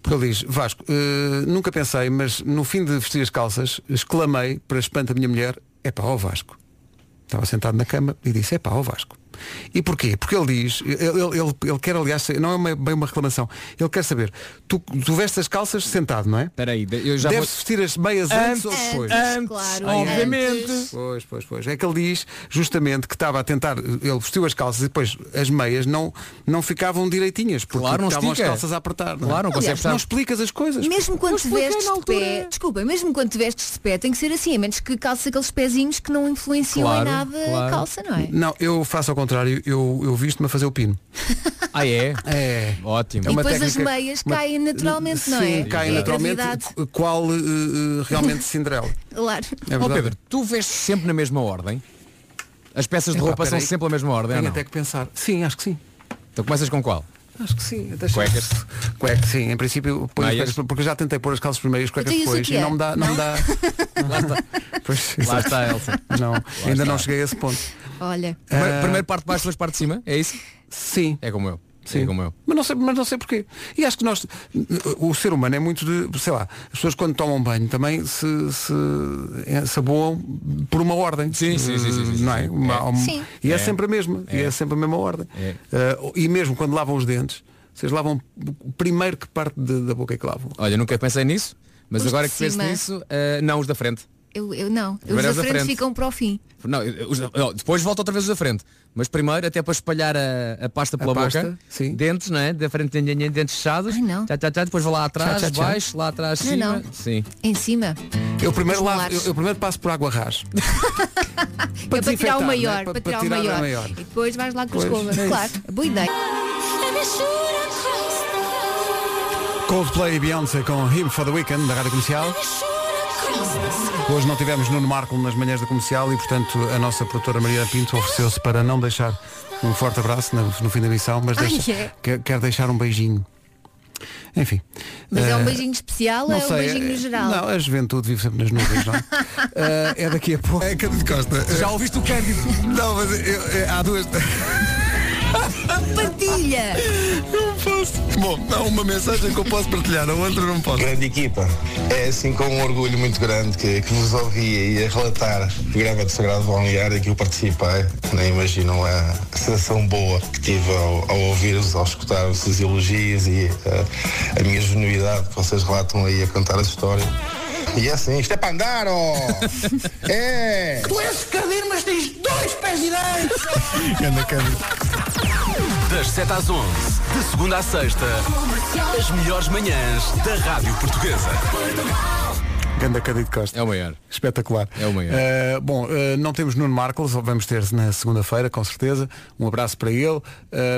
S2: Porque ele diz, Vasco, eh, nunca pensei, mas no fim de vestir as calças, exclamei para espanto da minha mulher, é para o Vasco. Estava sentado na cama e disse, é pá, o Vasco. E porquê? Porque ele diz, ele, ele, ele quer aliás, não é uma- bem uma reclamação, ele quer saber, tu, tu vestes as calças sentado, não é?
S7: Espera aí, eu já
S2: Deves
S7: vou-
S2: vestir as meias antes, ou depois?
S7: Antes, claro,
S2: Ah, é?
S7: obviamente. antes.
S2: Pois, pois, pois. É que ele diz justamente que estava a tentar, ele vestiu as calças e depois as meias não, não ficavam direitinhas, porque
S7: Claro, não
S2: estavam
S7: estica.
S2: as calças a apertar. Não é?
S7: Claro, não consegue
S2: Aliás,
S7: apertar.
S2: não explicas as coisas.
S4: Mesmo quando te
S7: expliquei
S4: vestes
S7: na
S4: de pé, desculpa, mesmo quando te vestes de pé tem que ser assim, a menos que calces aqueles pezinhos que não influenciam
S2: Claro,
S4: em nada a
S2: claro.
S4: calça, não é?
S2: Não, eu faço ao contrário, eu, eu visto-me a fazer o pino.
S7: Ah, é?
S2: É.
S7: Ótimo.
S4: E depois as meias caem naturalmente, não é?
S2: Sim, caem
S4: É a
S2: naturalmente,
S4: gravidade.
S2: qu- qual eh, eh, realmente Cinderela.
S4: Claro.
S2: É
S7: Ó
S2: verdade.
S7: Pedro, tu vestes sempre na mesma ordem? As peças de
S2: Epá,
S7: roupa são
S2: peraí.
S7: sempre a mesma ordem,
S2: Tenho
S7: ou não?
S2: até que pensar. Sim, acho que sim.
S7: Então começas com qual?
S2: Acho que sim.
S7: Cuecas.
S2: Cuecas, sim. Em princípio, ponho as
S7: Meias.
S2: cuecas, porque eu já tentei pôr as calças primeiro e as cuecas
S7: Então isso
S2: depois
S7: o
S2: e
S7: que é?
S2: não me dá. Não,
S7: Não?
S2: me dá. Pois,
S7: Lá
S2: exato.
S7: está, Elsa.
S2: Não, ainda
S7: está.
S2: não cheguei a esse ponto.
S4: Olha.
S7: Primeiro,
S2: Ah.
S7: primeiro parte de baixo, depois parte de cima? É isso?
S2: Sim.
S7: É como eu.
S2: Sim.
S7: É como eu.
S2: Mas não, sei, mas não sei porquê. E acho que nós, o ser humano é muito de, sei lá, as pessoas quando tomam banho também se, se, é, se aboam por uma ordem. Sim,
S7: sim, sim, sim, sim,
S2: Não é?
S7: sim.
S2: Uma-
S7: É.
S2: um-
S7: Sim.
S2: E é,
S7: É.
S2: sempre a mesma. E é sempre a mesma ordem.
S7: É.
S2: Eh, e mesmo quando lavam os dentes, vocês lavam primeiro que parte de- da boca é que lavam.
S7: Olha, nunca pensei nisso, mas
S4: Os
S7: agora
S4: de
S7: que penso
S4: cima.
S7: nisso, ah, não os da frente.
S4: Eu, eu não. Os
S7: Primeiro
S4: da
S7: os da
S4: frente
S7: frente.
S4: ficam para o fim.
S7: Não, eu- os da- não, depois volta outra vez os da frente. Mas primeiro, até para espalhar a, a pasta pela
S2: pasta,
S7: boca, dentes, não é? Da frente nhan, nhan, dentes fechados. Tchá, tchá, tchá, depois vou lá atrás,
S2: Tchá, tchá, tchá.
S7: baixo, lá atrás,
S4: Não, é
S7: cima.
S4: não.
S7: Sim.
S4: Em cima.
S2: Eu primeiro,
S4: Os
S2: lavo-
S4: molares.
S2: eu, eu primeiro passo por água ras.
S4: é para tirar
S2: desinfetar,
S4: o
S2: né?
S4: maior,
S2: Para-
S4: para,
S2: para
S4: tirar,
S2: tirar
S4: o
S2: a
S4: maior.
S2: maior.
S4: E depois vais lá com a
S2: Pois,
S4: escova.
S2: é
S4: claro, boa ideia.
S2: Coldplay e Beyoncé com Him for the Weekend da Rádio Comercial. Hoje não tivemos Nuno Marco nas manhãs da comercial e, portanto, a nossa produtora Maria Pinto ofereceu-se para não deixar um forte abraço no, no fim da missão, mas
S4: Ai,
S2: deixa-
S4: é?
S2: quer, quer deixar um beijinho. Enfim.
S4: Mas é um
S2: eh,
S4: beijinho especial ou
S2: não
S4: é um
S2: sei,
S4: beijinho no
S2: eh,
S4: geral?
S2: Não, a juventude vive sempre nas nuvens, não é? Eh, é daqui a pouco. É Cândido Costa.
S12: Já ouviste o Cândido?
S2: Não, mas há duas.
S4: Partilha!
S12: Não posso. Bom, há uma mensagem que eu posso partilhar, a outra não posso. Grande equipa. É assim com um orgulho muito grande que, que vos ouvi aí a relatar o programa de Sagrado Balneário em que eu participei. Nem imaginam a sensação boa que tive ao, ao ouvir-vos, ao escutar-vos os elogios e eh, a minha genuidade que vocês relatam aí a contar a história. E é assim, isto é para andar, ó! é!
S9: Tu és cadeiro, mas tens dois pés direitos!
S12: Anda, Cândido.
S5: Das 7 às 11, de segunda à sexta, as melhores manhãs da Rádio Portuguesa.
S2: Ganda Cândido Costa.
S7: É o maior.
S2: Espetacular.
S7: É o maior.
S2: Uh, bom, uh, não temos Nuno Marcos, vamos ter na segunda-feira, com certeza. Um abraço para ele, uh,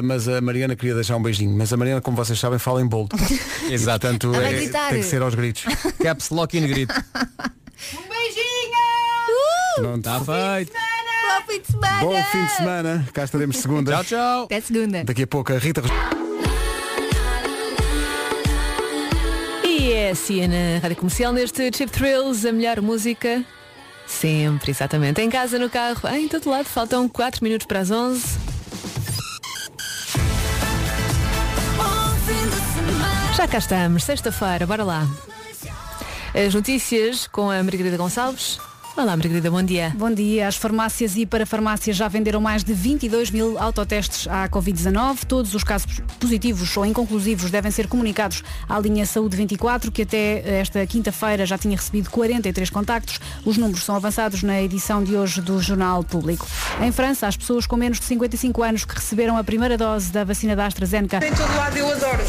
S2: mas a Mariana queria deixar um beijinho. Mas a Mariana, como vocês sabem, fala em boldo.
S7: Exato.
S2: Portanto,
S4: Ela vai
S2: é-
S4: gritar.
S2: tem que ser aos gritos.
S7: Caps lock in grito.
S4: Um beijinho! Uh!
S2: Pronto.
S7: Está feito.
S1: Bom fim de semana!
S2: tá Bom fim de semana. Cá estaremos segunda.
S7: tchau, tchau.
S21: Até segunda.
S2: Daqui a pouco a Rita. Ros-
S22: E é assim na Rádio Comercial neste Chip Thrills, a melhor música sempre, exatamente. Em casa, no carro, em todo lado, faltam 4 minutos para as 11. Já cá estamos, sexta-feira, bora lá. As notícias com a Margarida Gonçalves. Olá, Margarida, bom dia.
S4: Bom dia. As farmácias e parafarmácias já venderam mais de 22 mil autotestes à Covid-19. Todos os casos positivos ou inconclusivos devem ser comunicados à linha Saúde 24, que até esta quinta-feira já tinha recebido 43 contactos. Os números são avançados na edição de hoje do Jornal Público. Em França, as pessoas com menos de 55 anos que receberam a primeira dose da vacina da AstraZeneca
S23: lado eu adoro.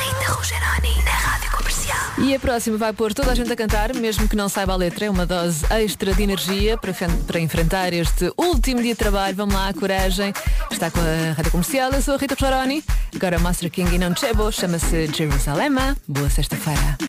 S1: Ainda Rogeroni na Rádio Comercial.
S22: E a próxima vai pôr toda a gente a cantar, mesmo que não saiba a letra. É uma dose extra de energia para, fen- para enfrentar este último dia de trabalho. Vamos lá, coragem. Está com a Rádio Comercial. Eu sou a Rita Floroni. Agora Master King e não Chebo. Chama-se Jerusalema. Boa sexta-feira.